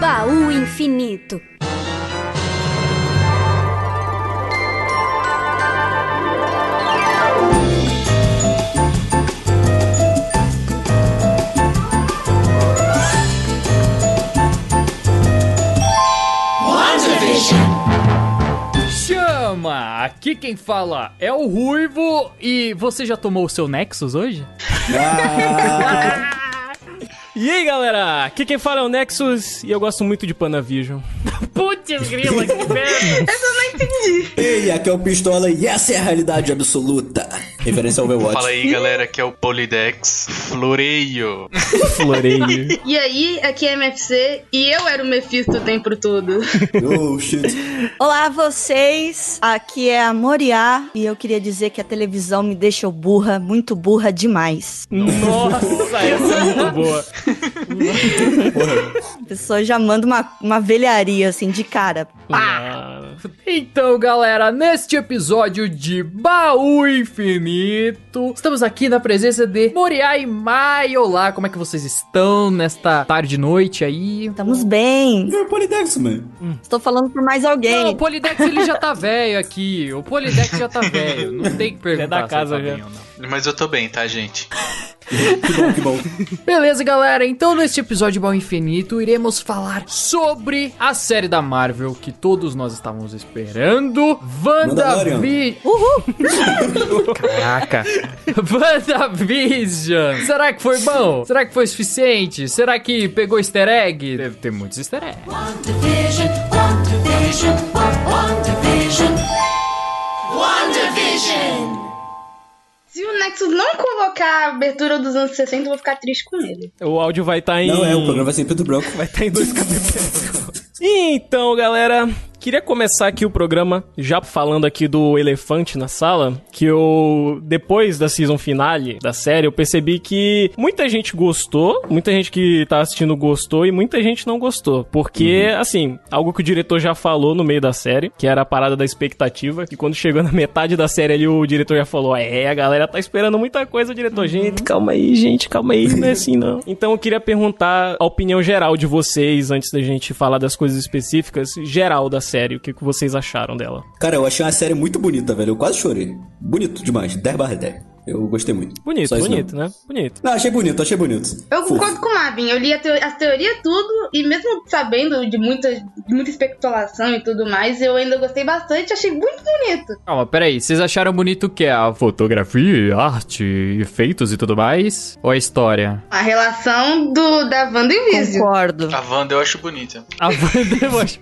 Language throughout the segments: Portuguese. Baú Infinito. Chama! Aqui quem fala é o Ruivo e você já tomou o seu Nexus hoje? E aí, galera? Aqui quem fala é o Nexus e eu gosto muito de Panavision. Putz, grila, que merda! Ei, aqui é o Pistola e essa é a realidade absoluta. Referência ao Overwatch. Fala aí, galera, que é o Polidex Floreio. Floreio. E aí, aqui é MFC e eu era o Mephisto o tempo todo. Oh, shit. Olá vocês, aqui é a Moriá e eu queria dizer que a televisão me deixou burra, muito burra demais. Nossa, essa é muito boa. A pessoa já manda uma, uma velharia assim de cara. Ah, Então, galera, neste episódio de Baú Infinito, estamos aqui na presença de Moriai Mai. Olá, como é que vocês estão nesta tarde e noite aí? Estamos bem. É o Polidex, mano. Estou falando por mais Não, o alguém. Polidex ele já tá velho aqui. O Polidex já tá velho. Não tem que perguntar é da se ele casa tá já. bem ou não. Mas eu tô bem, tá, gente? Que bom, que bom. Beleza, galera. Então, neste episódio de Baú Infinito, iremos falar sobre a série da Marvel que todos nós estávamos esperando. Mandalorian. WandaVision. caraca. WandaVision. Será que foi bom? Será que foi suficiente? Será que pegou easter egg? Deve ter muitos easter eggs. Se o Nexus não colocar a abertura dos anos 60, eu vou ficar triste com ele. O áudio vai estar em. Não, é, o programa vai ser em preto e branco. Vai estar em dois capítulos. Então, galera, queria começar aqui o programa já falando aqui do elefante na sala, que eu depois da season finale da série, eu percebi que muita gente gostou, muita gente que tá assistindo gostou e muita gente não gostou, porque assim, algo que o diretor já falou no meio da série, que era a parada da expectativa, que quando chegou na metade da série ali o diretor já falou: "É, a galera tá esperando muita coisa, o Uhum. diretor, gente, calma aí, gente, calma aí, não é assim não". Então eu queria perguntar a opinião geral de vocês antes da gente falar das coisas específicas, geral da série, o que que vocês acharam dela? Cara, eu achei uma série muito bonita, velho. Eu quase chorei. Bonito demais. 10 barra 10. Eu gostei muito. Bonito, Só isso bonito, né? Bonito. Não, Não, achei bonito, achei bonito. Eu Fofo. concordo com o Marvin, eu li a, teo- a teoria tudo, e mesmo sabendo de muita, de muita especulação e tudo mais, eu ainda gostei bastante, achei muito bonito. Calma, peraí. Vocês acharam bonito o que? A fotografia, arte, efeitos e tudo mais? Ou a história? A relação do, da Wanda e Vizio. Concordo. A Wanda eu acho bonita. A Wanda, eu acho.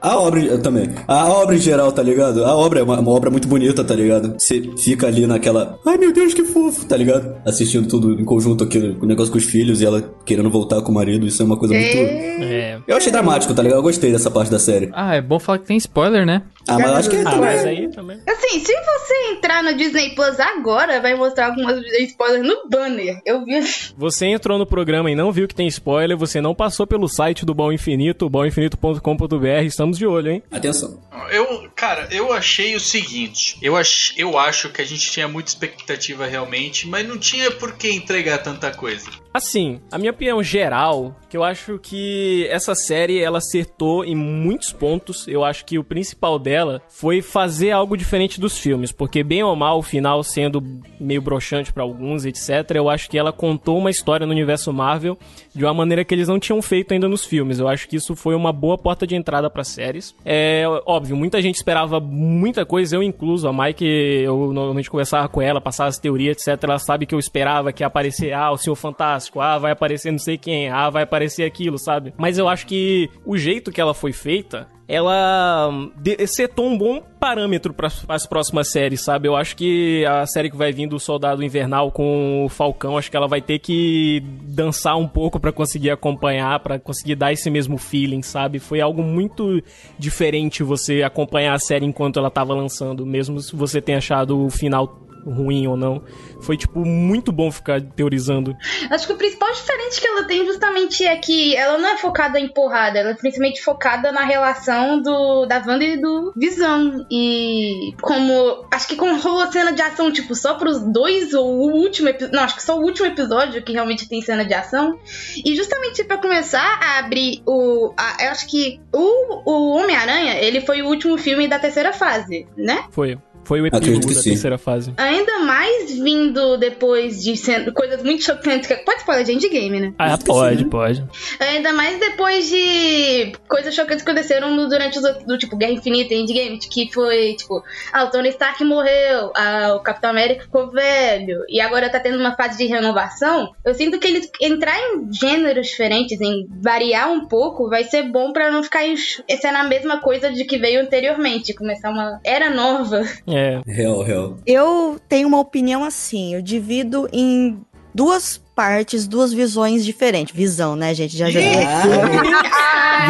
A obra, eu também. A obra em geral, tá ligado? A obra é uma, uma obra muito bonita, tá ligado? Você fica ali naquela. Ai meu Deus, que fofo, tá ligado? Assistindo tudo em conjunto aqui, o negócio com os filhos e ela querendo voltar com o marido. Isso é uma coisa muito. É, É. Eu achei dramático, tá ligado? Eu gostei dessa parte da série. Ah, é bom falar que tem spoiler, né? Ah, mas eu acho que Ah, também- mas aí também. Assim, se você entrar no Disney Plus agora, vai mostrar algumas spoilers no banner. Eu vi Você entrou no programa e não viu que tem spoiler, você não passou pelo site do Bom Infinito, bauinfinito.com.br, estamos de olho, hein? Atenção. Eu, cara, eu achei o seguinte. Eu, ach, eu acho que a gente tinha muita expectativa realmente, mas não tinha por que entregar tanta coisa. Assim, a minha opinião geral, que eu acho que essa série ela acertou em muitos pontos. Eu acho que o principal dela foi fazer algo diferente dos filmes, porque bem ou mal o final sendo meio broxante pra alguns, etc. Eu acho que ela contou uma história no universo Marvel de uma maneira que eles não tinham feito ainda nos filmes. Eu acho que isso foi uma boa porta de entrada pra séries. É óbvio, muita gente esperava muita coisa, eu incluso. A Mike, eu normalmente conversava com ela, passava as teorias, etc. Ela sabe que eu esperava que ia aparecer, ah, o Senhor Fantástico, ah, vai aparecer não sei quem, ah, vai aparecer aquilo, sabe? Mas eu acho que o jeito que ela foi feita, ela hum, de- setou um bom parâmetro para as próximas séries, sabe? Eu acho que a série que vai vir do Soldado Invernal com o Falcão, acho que ela vai ter que dançar um pouco para conseguir acompanhar, para conseguir dar esse mesmo feeling, sabe? Foi algo muito diferente você acompanhar a série enquanto ela tava lançando, mesmo se você tenha achado o final ruim ou não. Foi, tipo, muito bom ficar teorizando. Acho que o principal diferente que ela tem justamente é que ela não é focada em porrada, ela é principalmente focada na relação do da Wanda e do Visão. E como. Acho que com rolou cena de ação, tipo, só pros dois ou o último episódio. Não, acho que só o último episódio que realmente tem cena de ação. E justamente pra começar a abrir o. a- eu acho que o, o Homem-Aranha, ele foi o último filme da terceira fase, né? Foi. Foi o Acredito epílogo que da sim. terceira fase. Ainda mais vindo depois de cen- coisas muito chocantes. que- é, Pode spoiler de endgame, né? Ah, Acredito que pode, sim. pode. Ainda mais depois de coisas chocantes que aconteceram no- durante os outros, do tipo Guerra Infinita e Endgame, que foi tipo, ah, o Tony Stark morreu, ah, o Capitão América ficou velho, e agora tá tendo uma fase de renovação. Eu sinto que eles entrar em gêneros diferentes, em variar um pouco, vai ser bom pra não ficar sendo a é mesma coisa de que veio anteriormente, começar uma era nova. É. Real, real. Eu tenho uma opinião assim, eu divido em duas partes, duas visões diferentes. Visão, né, gente? Já já. Ah.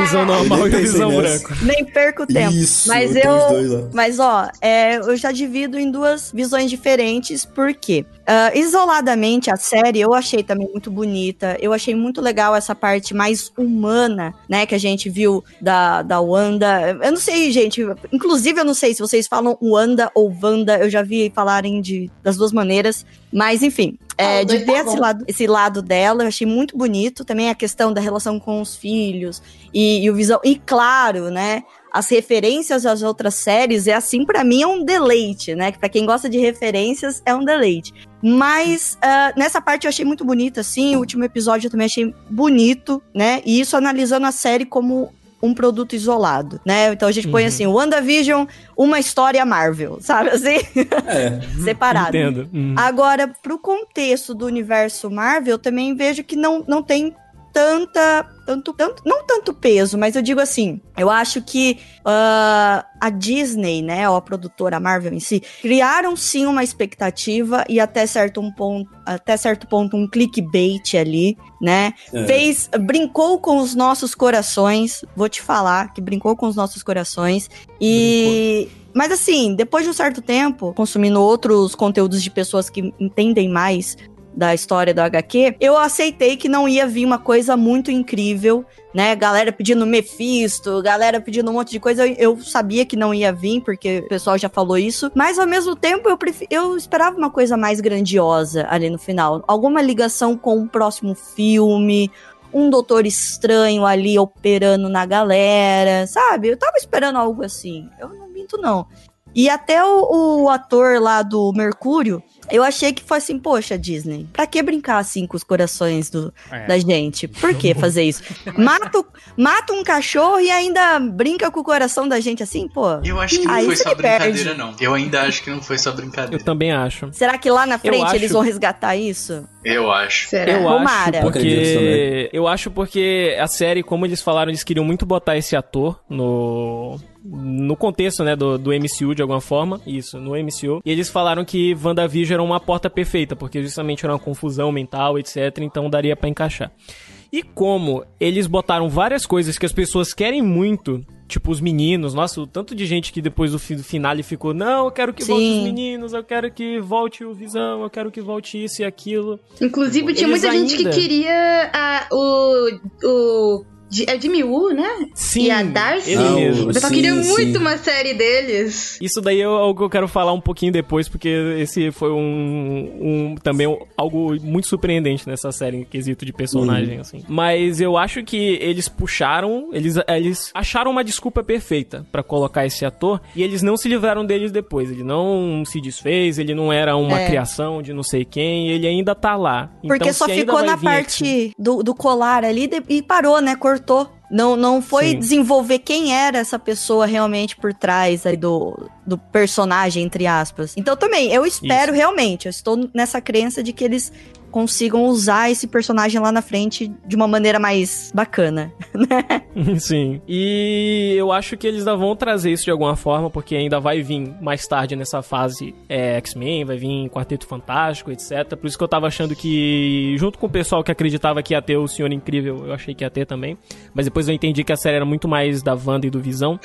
Visão normal Eu e nem pensei visão nessa. branca. Nem perco tempo. Isso, Mas tem eu- os dois lá. Mas ó, é, eu já divido em duas visões diferentes, porque Ah, isoladamente a série eu achei também muito bonita. Eu achei muito legal essa parte mais humana, né, que a gente viu da, da Wanda. Eu não sei, gente. Inclusive, eu não sei se vocês falam Wanda ou Wanda, eu já vi falarem de, das duas maneiras. Mas enfim, é, Ah, os de dois tá ver esse bom. lado, esse lado dela, eu achei muito bonito. Também a questão da relação com os filhos e, e o visão. E claro, né? as referências às outras séries é assim pra mim é um deleite, né? Que Pra quem gosta de referências é um deleite. Mas ah, nessa parte eu achei muito bonito, assim. O último episódio eu também achei bonito, né? E isso analisando a série como um produto isolado, né? Então a gente põe Uhum. assim, WandaVision, uma história Marvel, sabe assim? É, Separado. Entendo. Uhum. Agora, pro contexto do universo Marvel, eu também vejo que não, não tem tanta. Tanto, tanto, não tanto peso, mas eu digo assim, eu acho que ah, a Disney, né, ou a produtora a Marvel em si, criaram sim uma expectativa e até certo, um ponto, até certo ponto um clickbait ali, né, é. fez, brincou com os nossos corações. Vou te falar que brincou com os nossos corações. E. Mas assim, depois de um certo tempo, consumindo outros conteúdos de pessoas que entendem mais da história do HQ, eu aceitei que não ia vir uma coisa muito incrível, né? Galera pedindo Mephisto, galera pedindo um monte de coisa. Eu, eu sabia que não ia vir, porque o pessoal já falou isso. Mas ao mesmo tempo, eu, prefi- eu esperava uma coisa mais grandiosa ali no final. Alguma ligação com o próximo filme, um doutor estranho ali operando na galera, sabe? Eu tava esperando algo assim. Eu não minto, não. E até o, o ator lá do Mercúrio, eu achei que foi assim, poxa, Disney, pra que brincar assim com os corações do, É. da gente? Por que fazer isso? Mata, o- mata um cachorro e ainda brinca com o coração da gente assim, pô? Eu acho que não Aí foi você só brincadeira, perde. não. Eu ainda acho que não foi só Eu brincadeira. também acho. Será que lá na frente acho- eles vão resgatar isso? Eu acho. Será? Eu Tomara. acho Acredito porque também. eu acho porque a série, como eles falaram, eles queriam muito botar esse ator no no contexto, né, do, do MCU de alguma forma, isso, no MCU. E eles falaram que WandaVision era uma porta perfeita, porque justamente era uma confusão mental, etc, então daria pra encaixar. E como eles botaram várias coisas que as pessoas querem muito, tipo os meninos, nossa, o tanto de gente que depois do, fi- do finale ficou, não, eu quero que volte Sim. os meninos, eu quero que volte o Visão, eu quero que volte isso e aquilo. Inclusive, tinha Eles muita gente que ainda- queria a- o. o Ji- é o Jimmy Woo, né? Sim, E a Darcy? ele Não, mesmo. O pessoal Tipo, Sim, queria muito sim. uma série deles. Isso daí é algo que eu quero falar um pouquinho depois, porque esse foi um, um- também um- algo muito surpreendente nessa série, em quesito de personagem, assim. Mas eu acho que eles puxaram, eles, eles acharam uma desculpa perfeita pra colocar esse ator, e eles não se livraram deles depois. Ele não se desfez, ele não era uma É. criação de não sei quem, ele ainda tá lá. Porque Então, só se ainda ficou vai na vir aqui- parte do, do colar ali de- e parou, né? Cortou. Não, não foi Sim. desenvolver quem era essa pessoa realmente por trás aí do, do personagem, entre aspas. Então também, eu espero realmente, eu estou nessa crença de que eles consigam usar esse personagem lá na frente de uma maneira mais bacana. Sim. E eu acho que eles ainda vão trazer isso de alguma forma, porque ainda vai vir mais tarde nessa fase é, X-Men, vai vir Quarteto Fantástico, etc. Por isso que eu tava achando que, junto com o pessoal que acreditava que ia ter o Senhor Incrível, eu achei que ia ter também. Mas depois eu entendi que a série era muito mais da Wanda e do Visão.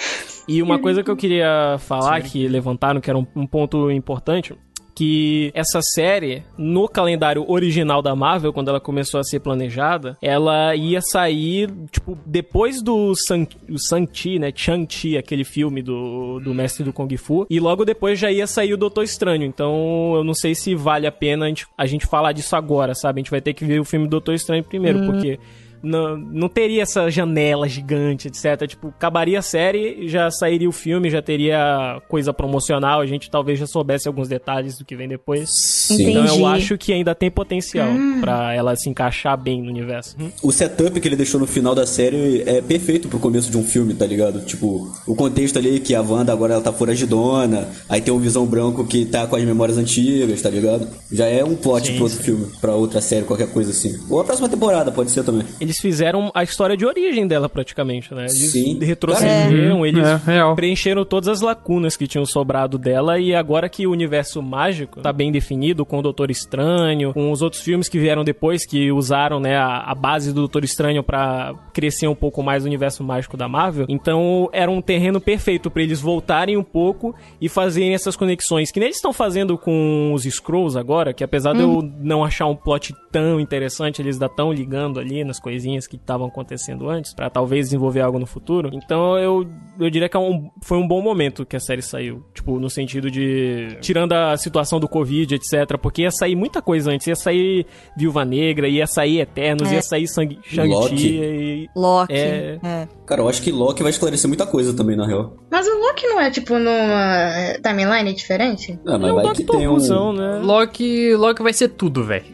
E uma coisa que eu queria falar, que levantaram, que era um, um ponto importante. que essa série, no calendário original da Marvel, quando ela começou a ser planejada, ela ia sair, tipo, depois do San- o Santi, né? Chang-Chi, aquele filme do, do mestre do Kung Fu, e logo depois já ia sair o Doutor Estranho. Então, eu não sei se vale a pena a gente, a gente falar disso agora, sabe? A gente vai ter que ver o filme do Doutor Estranho primeiro, porque não, não teria essa janela gigante, etc. Tipo, acabaria a série, já sairia o filme, já teria coisa promocional, a gente talvez já soubesse alguns detalhes do que vem depois. Sim. Entendi. Então eu acho que ainda tem potencial pra ela se encaixar bem no universo. O setup que ele deixou no final da série é perfeito pro começo de um filme, tá ligado? Tipo, o contexto ali que a Wanda agora ela tá foragidona, aí tem o Visão Branco que tá com as memórias antigas, tá ligado? Já é um plot pro outro filme, pra outra série, qualquer coisa assim. Ou a próxima temporada, pode ser também. Eles fizeram a história de origem dela praticamente, né? Eles Sim. retrocederam, eles É, real. preencheram todas as lacunas que tinham sobrado dela e agora que o universo mágico tá bem definido com o Doutor Estranho, com os outros filmes que vieram depois que usaram, né, a, a base do Doutor Estranho pra crescer um pouco mais o universo mágico da Marvel. Então, era um terreno perfeito pra eles voltarem um pouco e fazerem essas conexões que nem eles estão fazendo com os Scrolls agora, que apesar de eu não achar um plot tão interessante, eles ainda estão ligando ali nas coisinhas que estavam acontecendo antes pra talvez desenvolver algo no futuro. Então, eu eu diria que é um- foi um bom momento que a série saiu. Tipo, no sentido de. Tirando a situação do Covid, etc. Porque ia sair muita coisa antes. Ia sair Viúva Negra, ia sair Eternos, ia sair Sang- Loki. Shang-Chi. E... Loki. É. é. Cara, eu acho que Loki vai esclarecer muita coisa também, na real. Mas o Loki não é, tipo, numa timeline diferente? Ah, mas É um vai que Doctor tem um. Whozão, né? Loki, Loki vai ser tudo, velho.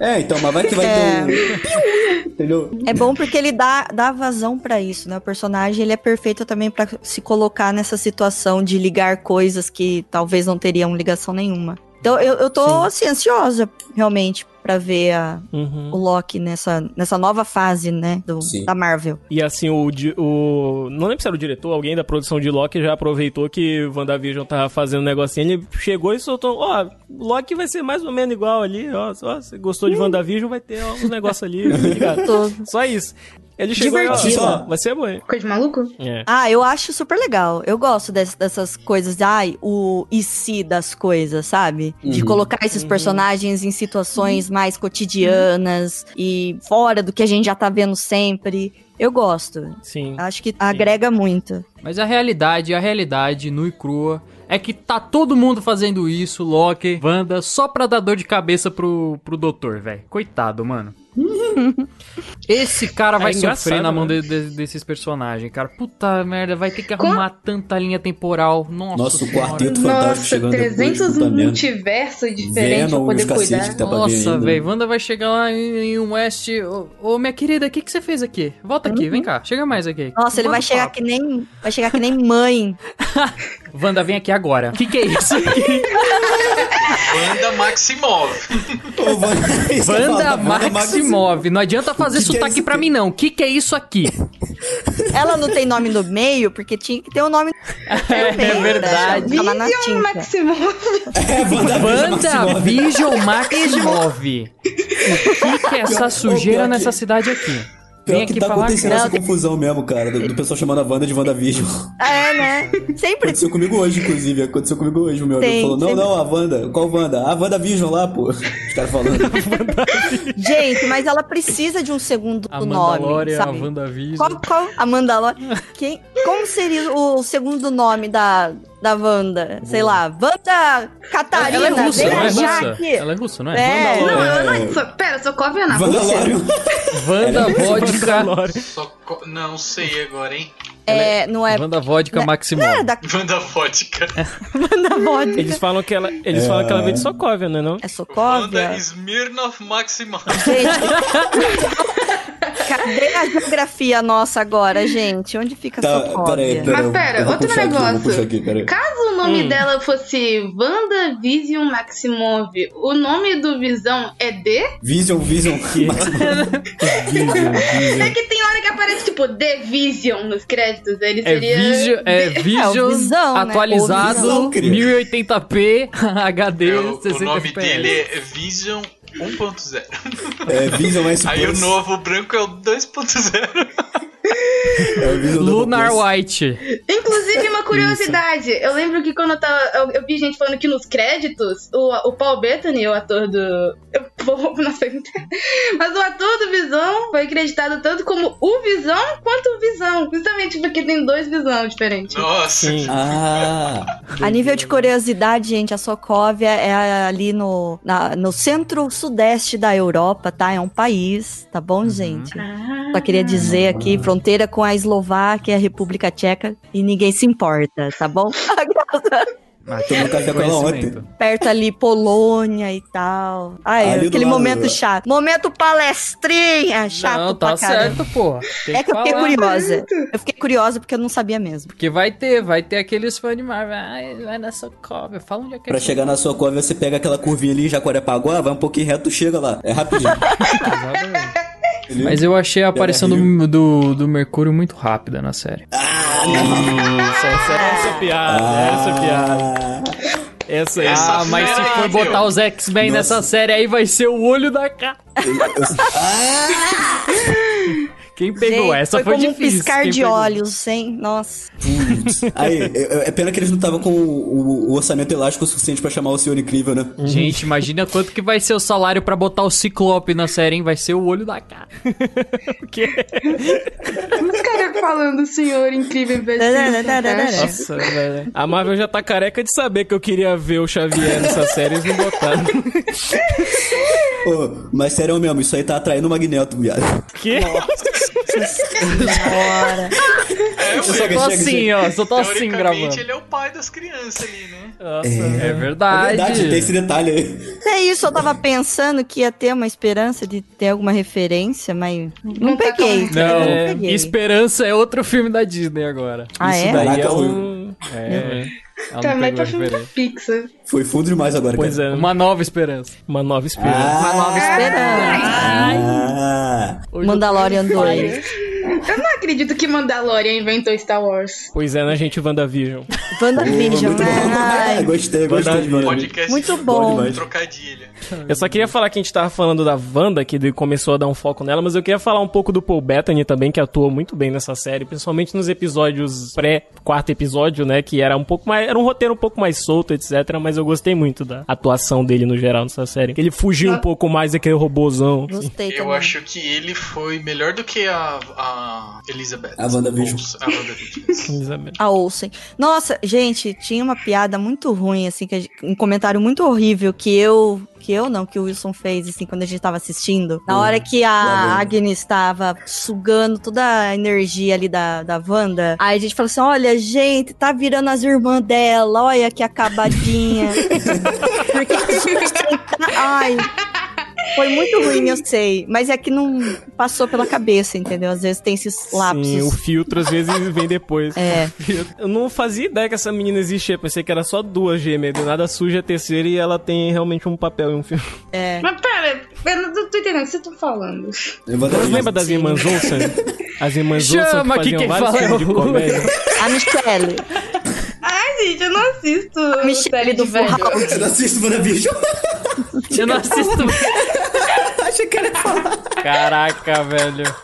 É, então, mas vai que vai É. ter um. Entendeu? É bom porque ele dá, dá vazão pra isso, né? O personagem ele é perfeito também pra se colocar nessa situação de ligar coisas que talvez não teriam ligação nenhuma. Então eu, eu tô assim, ansiosa realmente pra ver a- Uhum. o Loki nessa, nessa nova fase, né, do- Sim. da Marvel. E assim, o, di- o. Não lembro se era o diretor, alguém da produção de Loki já aproveitou que WandaVision tava fazendo um negocinho. Ele chegou e soltou: Ó, Loki vai ser mais ou menos igual ali. Ó, ó você gostou de WandaVision, vai ter ó, uns negócios ali. Tá ligado? Tô- Só isso. Ele chegou e ó, Divertido. ó, vai ser bom. hein? Coisa de maluco? É. Ah, eu acho super legal. Eu gosto des- dessas coisas, de, ai, o e se das coisas, sabe? De Uhum. colocar esses Uhum. personagens em situações mais cotidianas e fora do que a gente já tá vendo sempre. Eu gosto. Sim. Acho que agrega muito. Mas a realidade, a realidade nua e crua é que tá todo mundo fazendo isso, Loki, Wanda, só pra dar dor de cabeça pro, pro doutor, velho. Coitado, mano. Esse cara É vai engraçado, sofrer na mão né? de- de- desses personagens, cara. Puta merda, vai ter que Como? arrumar tanta linha temporal. Nossa, Nosso senhora. quarteto fantástico Nossa, chegando. depois, 300 puta merda. multiversos diferentes pra Venom e os poder cacetes cuidar. que tá pra vir Nossa, ainda. velho, Wanda vai chegar lá em, em West. Ô, ô, minha querida, o que, que você fez aqui? Volta aqui, vem cá, chega mais aqui. Nossa, ele Manda um vai chegar, papo. que nem, vai chegar que nem mãe. Wanda, vem aqui agora. O que, que é isso aqui? Banda Maximov. Ô, Wanda- Então, isso que é eu ia Wanda falar, Wanda Maximov. Não adianta fazer que que é sotaque isso pra aqui? mim, não. O que, que é isso aqui? Ela não tem nome no meio, porque tinha que ter o nome no É meio. verdade. Né? Tava na Vision tinta. Maximum. É, Wanda Wanda Maximov. Vision Maximov. O que, que é essa sujeira que- nessa cidade aqui? Pior Vem que aqui tá falar. acontecendo cara. essa confusão mesmo, cara. Do, do pessoal chamando a Wanda de WandaVision. É, né? Sempre Aconteceu comigo hoje, inclusive. Aconteceu comigo hoje, o meu Tem, amigo falou: Não, tem. não, a Wanda. Qual Wanda? A WandaVision lá, pô. Os caras falando. Gente, mas ela precisa de um segundo A nome, Mandalorian, a sabe? WandaVision. Qual, qual a Mandalorian? Quem, como seria o segundo nome da, da Wanda? Sei lá, Wanda Catarina. Ela é russa, vem não é já russa? né? aqui. Ela é russa, não é? É, Não, É. ela não é. so- Pera, Sokovia é na Rússia? Vandalorian. é Wanda Vodka. Mandalorian. Só co- Não sei agora, hein? é, não é Wanda Vodka Maximov. é da Banda Vodka. Wanda Vodka. Eles falam que ela, eles É. falam que ela veio de Sokovia, né, não? É Banda Sokovia? Smirnov Maximov. Gente, cadê a geografia nossa agora, gente? Onde fica Tá, Sokovia? peraí, peraí. Mas eu- pera, eu vou outro puxar aqui, eu vou negócio. puxar aqui, peraí. Caso o nome Hum. dela fosse Wanda Vision Maximov, o nome do Visão é D? Vision, Vision. É que tem hora que aparece tipo The Vision nos créditos. Ele É seria. Vision, é É, o Vision Visão, né? atualizado, O Visão, querido. 1080p HD, É, o, 60 o nome FPS. dele é Vision 1.0. É, Vision S. Aí o novo branco é o 2.0. É o Vision Double Lunar Plus. White. Inclusive, uma curiosidade. Eu lembro que quando eu tava. Eu, eu vi gente falando que nos créditos, o, o Paul Bettany, o ator do. Eu vou na frente. Mas o ator do Visão foi acreditado tanto como o Visão quanto o Visão. Justamente porque tem dois Visão diferentes. Nossa, Sim. Ah, A nível de curiosidade, gente, a Sokovia é ali no, na- no centro-sudeste da Europa, tá? É um país, tá Uhum. bom, gente? Só queria dizer aqui, fronteira com a Eslováquia, República Tcheca, e ninguém se importa, tá bom? Ah, tomou café com ela ontem. Perto ali, Polônia e tal. Ai, Ali do aquele lado- momento chato. Momento palestrinha, chato é. Não, tá pra caramba. certo, pô. Tem É que eu fiquei falar. curiosa. Eu fiquei curiosa porque eu não sabia mesmo. Porque vai ter, vai ter aqueles fãs de Marvel. Ai, vai na Sokovia, fala onde é que pra é. chegar na sua cova, você pega aquela curvinha ali em Jacarepaguá, vai um pouquinho reto, chega lá. É rapidinho. Exatamente. Entendeu? Mas eu achei a aparição do, é Rio. do, do Mercúrio muito rápida na série. Ah, Nossa, essa, essa é piada, essa é piada. Ah, Essa é Essa- Ah, mas se for botar os X-Men Nossa. nessa série aí, vai ser o olho da cara. Ah. Quem pegou Gente, essa foi, foi, como difícil. um piscar Quem de pegou? olhos, hein? Nossa. Aí, é, é pena que eles não estavam com o, o- o orçamento elástico o suficiente pra chamar o senhor incrível, né? Gente, imagina quanto que vai ser o salário pra botar o Ciclope na série, hein? Vai ser o olho da cara. Os caras falando senhor incrível em vez de senhor fantástico. Nossa, velho. A Marvel já tá careca de saber que eu queria ver o Xavier nessa série e eles não botaram. Ô, mas sério mesmo, isso aí tá atraindo o Magneto, viado. Que? Bora. é, Eu só ué. tô assim, ó. Só tô assim Teoricamente, gravando. ele é o pai das crianças ali, né? Nossa. É É verdade. verdade, tem esse detalhe aí. É isso, eu tava pensando que ia ter uma esperança de ter alguma referência, mas não Não tá peguei. com- Não, eu é, Esperança é outro filme da Disney agora. Ah, Isso é? daí Aí é é ruim. um... É, Ela não Também pegou tá a filme da referência. Pixar. Foi fundo demais agora, pois cara. é, uma, Uma nova esperança. nova esperança. Uma nova esperança. é. Ah, Hoje é? Mandalorian 2. Eu não acredito que Mandalorian inventou Star Wars. Pois é, né, gente, WandaVision. Pô, WandaVision, muito né? bom. Ah, Ai, gostei, gostei É. de Wandavision. Podcast Muito de um bom. demais. Trocadilho. Eu só queria falar que a gente tava falando da Wanda, que de- começou a dar um foco nela, mas eu queria falar um pouco do Paul Bettany também, que atuou muito bem nessa série, principalmente nos episódios pré-quarto episódio, né, que era um pouco mais... Era um roteiro um pouco mais solto, etc, mas eu gostei muito da atuação dele no geral nessa série. Ele fugiu um pouco mais daquele robozão. Gostei Eu também. acho que ele foi melhor do que a, a Elizabeth. A WandaVision. Holmes, A WandaVision. A Olsen. Nossa, gente, tinha uma piada muito ruim, assim, que a gente- um comentário muito horrível que eu. Que eu não, que o Wilson fez, assim, quando a gente tava assistindo. Na hora que a lá vem. Agnes estava sugando toda a energia ali da, da Wanda, aí a gente falou assim: olha, gente, tá virando as irmãs dela, olha que acabadinha. Porque. tá, Ai. Foi muito ruim, eu sei. Mas é que não passou pela cabeça, entendeu? Às vezes tem esses lapsos. Sim, o filtro às vezes vem depois. É. Eu não fazia ideia que essa menina existia. Pensei que era só duas gêmeas. Do nada surge a terceira e ela tem realmente um papel em um filme. Mas pera, eu não tô entendendo o que vocês estão falando. Eu Você lembra das irmãs Olsen? As irmãs Olsen que Chama, que faziam quem vários fala é filmes de o- comédia. A Michelle. Ai, gente, eu não assisto. A Michelle série do de velho. Full House. Eu não assisto Wandavision. Eu não assisto. Caraca, velho.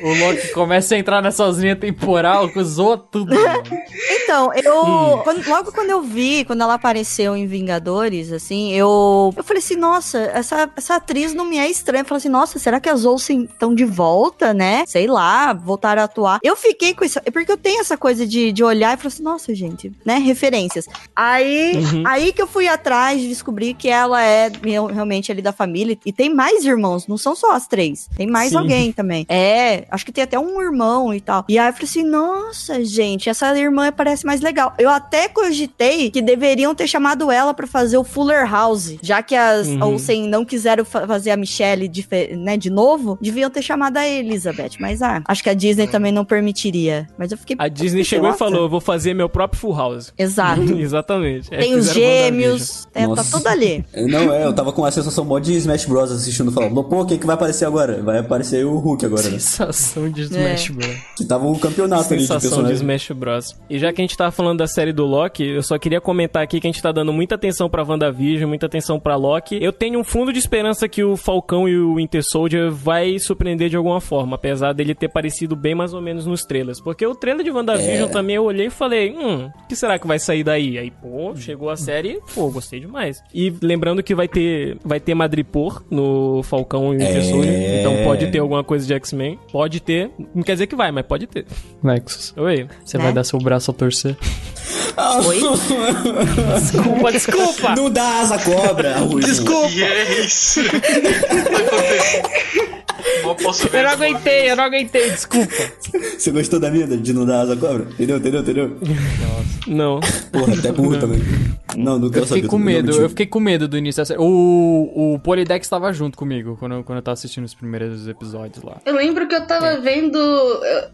O Loki começa a entrar nessas linhas temporal, usou tudo. mano. Né? Então, eu. quando- logo quando eu vi, quando ela apareceu em Vingadores, assim, eu. Eu falei assim, nossa, essa, essa atriz não me é estranha. Eu falei assim, nossa, será que as Olsen estão de volta, né? Sei lá, voltaram a atuar. Eu fiquei com isso. é Porque eu tenho essa coisa de, de olhar e falar assim, nossa, gente, né? Referências. Aí, Uhum. aí que eu fui atrás de descobrir que ela é real- realmente ali da família. E tem mais irmãos, não são só as três. Tem mais Sim. alguém também. É, acho que tem até um irmão e tal. E aí eu falei assim, nossa, gente, essa irmã parece mais legal. Eu até cogitei que deveriam ter chamado ela pra fazer o Fuller House. Já que as Uhum. Olsen não quiseram fa- fazer a Michelle de, fe- né, de novo, deviam ter chamado a Elizabeth. Mas ah, acho que a Disney também não permitiria. Mas eu fiquei... É. A Disney pensei, chegou e nossa. falou: Eu vou fazer meu próprio Full House. Exato. Exatamente. É, Tem os fizeram gêmeos, é, tá Nossa. tudo ali. Não, é, eu tava com uma sensação mó de Smash Bros assistindo, falando, pô, quem que vai aparecer agora? Vai aparecer o Hulk agora, né? É. Sensação de Smash Bros. Que tava o campeonato ali de Sensação de personagem. Smash Bros. E já que a gente gente tava falando da série do Loki, eu só queria comentar aqui que a gente tá dando muita atenção pra WandaVision, muita atenção pra Loki. Eu tenho um fundo de esperança que o Falcão e o Winter Soldier vai surpreender de alguma forma, apesar dele ter parecido bem mais ou menos nos trailers. Porque o trailer de É. WandaVision também eu olhei e falei, hum, o que será que vai sair daí? Aí, pô, chegou a série, pô, gostei demais. E lembrando que vai ter, vai ter Madripoor no Falcão e o Winter É. Soldier, então pode ter alguma coisa de X-Men. Pode ter, não quer dizer que vai, mas pode ter. Nexus, Oi. você Né? vai dar seu braço a torcer. Ah, Oi? Desculpa, desculpa! Não dá asa à cobra, Rui. E é isso. Aconteceu. Mal posso ver. Eu não aguentei, eu não aguentei, desculpa. Você gostou da minha de não dar asa à cobra? Entendeu, entendeu, entendeu? Não. Porra, até burro também. Não, não quero Eu fiquei saber. com não medo, mentiu. eu fiquei com medo do início da série. O, o Polidex tava junto comigo quando, eu- quando eu tava assistindo os primeiros episódios lá. Eu lembro que eu tava vendo.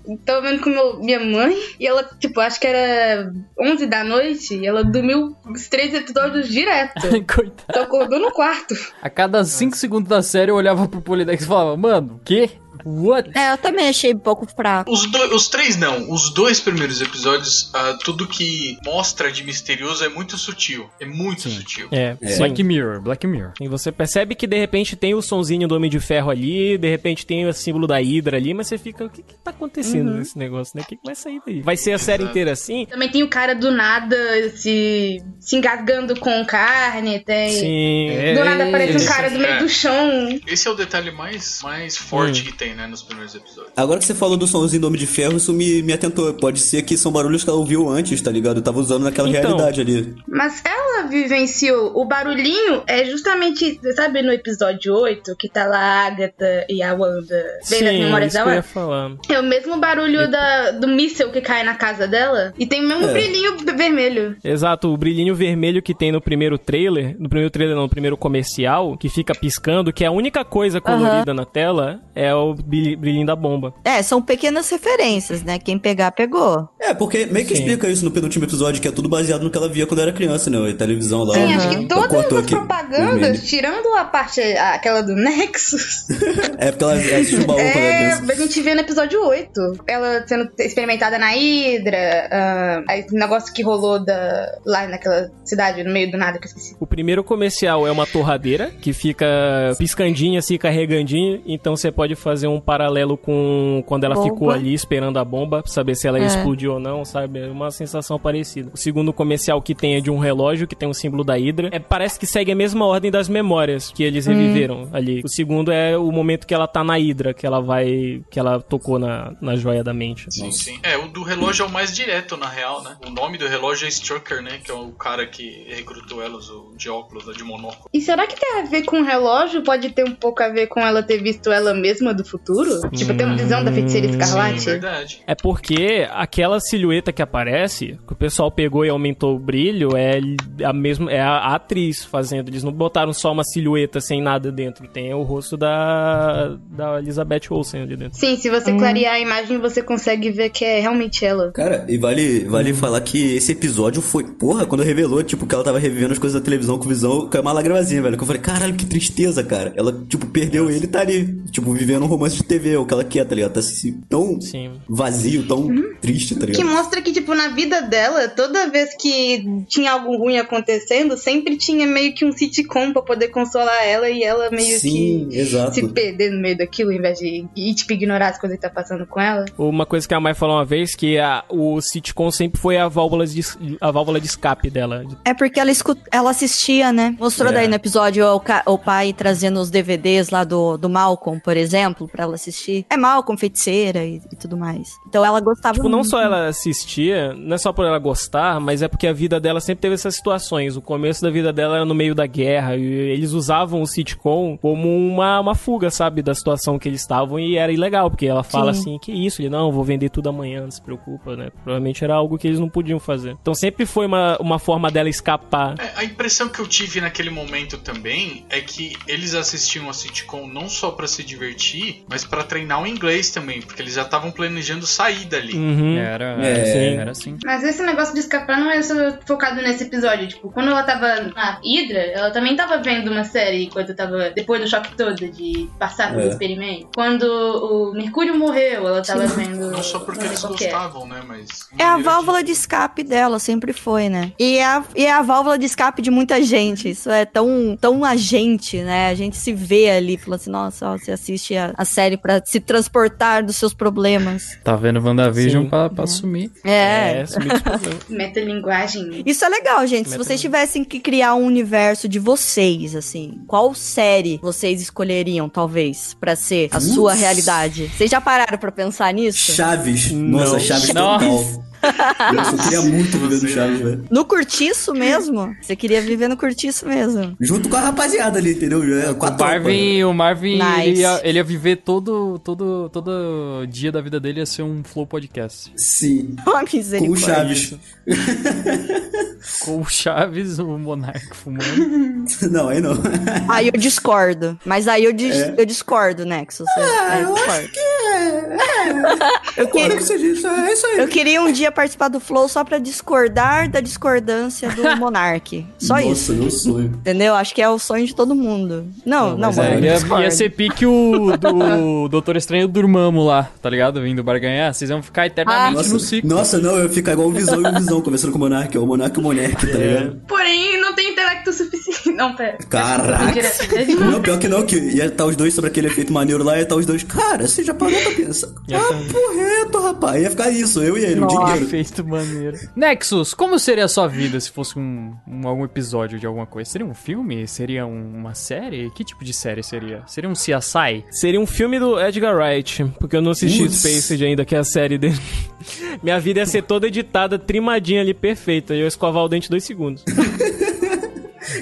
Eu tava vendo com meu- minha mãe e ela, tipo, acho que era 11 da noite e ela dormiu os três episódios direto. Coitado. Só acordou no quarto. A cada 5 segundos da série eu olhava pro Polidex e falava, mano, quê? What? É, eu também achei um pouco fraco. Os, do- os três não, os dois primeiros episódios, ah, tudo que mostra de misterioso é muito sutil. É muito Sim. sutil. É, sim. Black Mirror, Black Mirror. E você percebe que de repente tem o sonzinho do Homem de Ferro ali, de repente tem o símbolo da Hydra ali, mas você fica, o que que tá acontecendo nesse negócio, né? O que que vai sair daí? Vai ser a série inteira assim? Também tem o cara do nada se, se engasgando com carne, tem. Sim. É. Do nada aparece um isso, cara do meio é. do chão. Esse é o detalhe mais, mais forte que tem, né, nos primeiros episódios. Agora que você falou do somzinho do Homem de Ferro, isso me, me atentou. Pode ser que são barulhos que ela ouviu antes, tá ligado? Eu tava usando naquela Então. realidade ali. Mas ela vivenciou o barulhinho é justamente, sabe, no episódio 8, que tá lá a Agatha e a Wanda vendo as Sim, memórias da isso que Wanda. eu ia falar. É o mesmo barulho da, do míssel que cai na casa dela. E tem o mesmo É. brilhinho vermelho. Exato, o brilhinho vermelho que tem no primeiro trailer, no primeiro trailer não, no primeiro comercial, que fica piscando, que é a única coisa colorida na tela é o bri- brilhinho da bomba. É, são pequenas referências, né? Quem pegar, pegou. É, porque meio que Sim. explica isso no penúltimo episódio, que é tudo baseado no que ela via quando era criança, né? A televisão lá. Sim, acho ela que todas Ah. Então cortou as aqui, propagandas, vermelho. tirando a parte, a- aquela do Nexus, É porque ela assistiu o baú quando era é, criança. a gente vê no episódio 8. Ela sendo experimentada na Hydra, ah, aí o negócio que rolou da, lá naquela cidade, no meio do nada, que eu esqueci. O primeiro comercial é uma torradeira que fica piscandinha, assim, carregandinha. Então você pode fazer um paralelo com quando ela Bomba. ficou ali esperando a bomba, pra saber se ela É. explodiu ou não, sabe? É uma sensação parecida. O segundo comercial que tem é de um relógio que tem um símbolo da Hydra. É, parece que segue a mesma ordem das memórias que Hum. eles reviveram ali. O segundo é o momento que ela tá na Hydra, que ela vai. que ela tocou na, na joia da mente. Sim, sim. É, o do relógio é o mais direto, na real, né? O nome do relógio é Strucker, né? Que é o cara que recrutou elas, o de óculos, né, de monóculo. E será que tem a ver com o relógio? Pode ter um pouco a ver com ela ter visto ela mesma do futuro? Tipo, tem uma visão da Hum, feiticeira Sim, escarlate? verdade. É porque aquela silhueta que aparece, que o pessoal pegou e aumentou o brilho, é a mesma, é a atriz fazendo. Eles não botaram só uma silhueta sem nada dentro. Tem o rosto da da Elizabeth Olsen ali dentro. Sim, se você clarear a imagem, você consegue ver que é realmente ela. Cara, e vale, vale falar que esse episódio foi. Porra, quando revelou, tipo, que ela tava revivendo as coisas da televisão com visão, caiu uma lagravazinha, velho. Que eu falei, caralho, que tristeza, cara. Ela, tipo, perdeu ele e tá ali, tipo, vivendo um romance de TV, é o que ela quer, tá ligado? Tá se, tão Sim. vazio, tão triste, tá Que ligado? mostra que, tipo, na vida dela, toda vez que tinha algo ruim acontecendo, sempre tinha meio que um sitcom pra poder consolar ela e ela meio Sim, que se exato. perder no meio daquilo, ao invés de ir, tipo, ignorar as coisas que tá passando com ela. Uma coisa que a Mai falou uma vez que a- o sitcom sempre foi a válvula de a válvula de escape dela. É porque ela, escu- ela assistia, né? Mostrou É. daí no episódio o, ca- o pai trazendo os DVDs lá do, do Malcolm, por exemplo, pra ela assistir. É Malcolm, feiticeira e, e tudo mais. Então ela gostava Tipo, não muito. só ela assistia, não é só por ela gostar, mas é porque a vida dela sempre teve essas situações. O começo da vida dela era no meio da guerra, e eles usavam o sitcom como uma, uma fuga, sabe, da situação que eles estavam, e era ilegal, porque ela fala Sim. assim, que isso, ele, não, vou vender tudo amanhã, não se preocupa, né? Provavelmente era algo que eles não podiam fazer. Então sempre foi uma, uma forma dela escapar. É, a impressão que eu tive naquele momento também é que eles assistiam a sitcom não só pra se divertir, mas pra treinar o inglês também, porque eles já estavam planejando sair dali. Uhum. Era, era É. assim, era assim. Mas esse negócio de escapar não é só focado nesse episódio. Tipo, quando ela tava na Hydra, ela também tava vendo uma série quando tava. Depois do choque todo de passar pelo É. experimento. Quando o Mercúrio morreu, ela tava vendo. Não só porque não sei eles qual que é. gostavam, né? Mas. É a válvula de escape dela, sempre foi, né? E é a, e é a válvula de escape de muita gente. Isso é tão, tão a gente, né? A gente se vê ali, fala assim, nossa, ó, você assiste a, a série pra se transportar dos seus problemas. Tá vendo WandaVision Sim. pra, pra sumir. É. É, sumi descobriu. Metalinguagem. Isso é legal, gente. Se Meta- vocês tivessem que criar um universo de vocês, assim, qual série vocês escolheriam, talvez, pra ser a Putz. sua realidade? Vocês já pararam pra pensar nisso? Chaves. Não. Nossa, Chaves Nossa. total. Nossa, eu queria muito viver no Chaves, velho. No cortiço mesmo? Você queria viver no cortiço mesmo? Junto com a rapaziada ali, entendeu? Já é, com a O tropa. Marvin, o Marvin Nice. ele, ia, ele ia viver todo, todo, todo dia da vida dele ia ser um Flow Podcast. né? Sim, Oh, com o misericórdia. Chaves. Com o Chaves, o Monarca fumando. Não, aí não. Aí eu discordo. Mas aí eu, dis- É. eu discordo, Nexus. Eu, aí eu discordo. É claro que você disse, é isso aí. Eu queria um dia participar do Flow só pra discordar da discordância do Monark. Só Nossa, isso. meu sonho. Entendeu? Acho que é o sonho de todo mundo. Não, não, Mas é, mano. ele eu ia, discordo. ia ser pique o do Doutor Estranho Durmamo lá, tá ligado? Vindo barganhar. Vocês vão ficar eternamente no Nossa, ciclo. nossa, não, eu ia ficar igual o Visão e o Visão, conversando com o Monark, o Monark e o Monark, tá É. ligado? Porém, não tem intelecto suficiente. Não, pera. Caraca! Não, pior que não, que ia estar os dois sobre aquele efeito maneiro lá, ia estar os dois, cara, você já parou pra pensar? Já Ah, tá. porreto, rapaz, ia ficar isso, eu e ele, o dia inteiro. Perfeito, maneiro. Nexus, como seria a sua vida se fosse um, um- algum episódio de alguma coisa? Seria um filme? Seria um- uma série? Que tipo de série seria? Seria um CSI? Seria um filme do Edgar Wright, porque eu não assisti Putz. Space ainda, que é a série dele. Minha vida ia ser toda editada, trimadinha ali, perfeita. E eu ia escovar o dente dois segundos.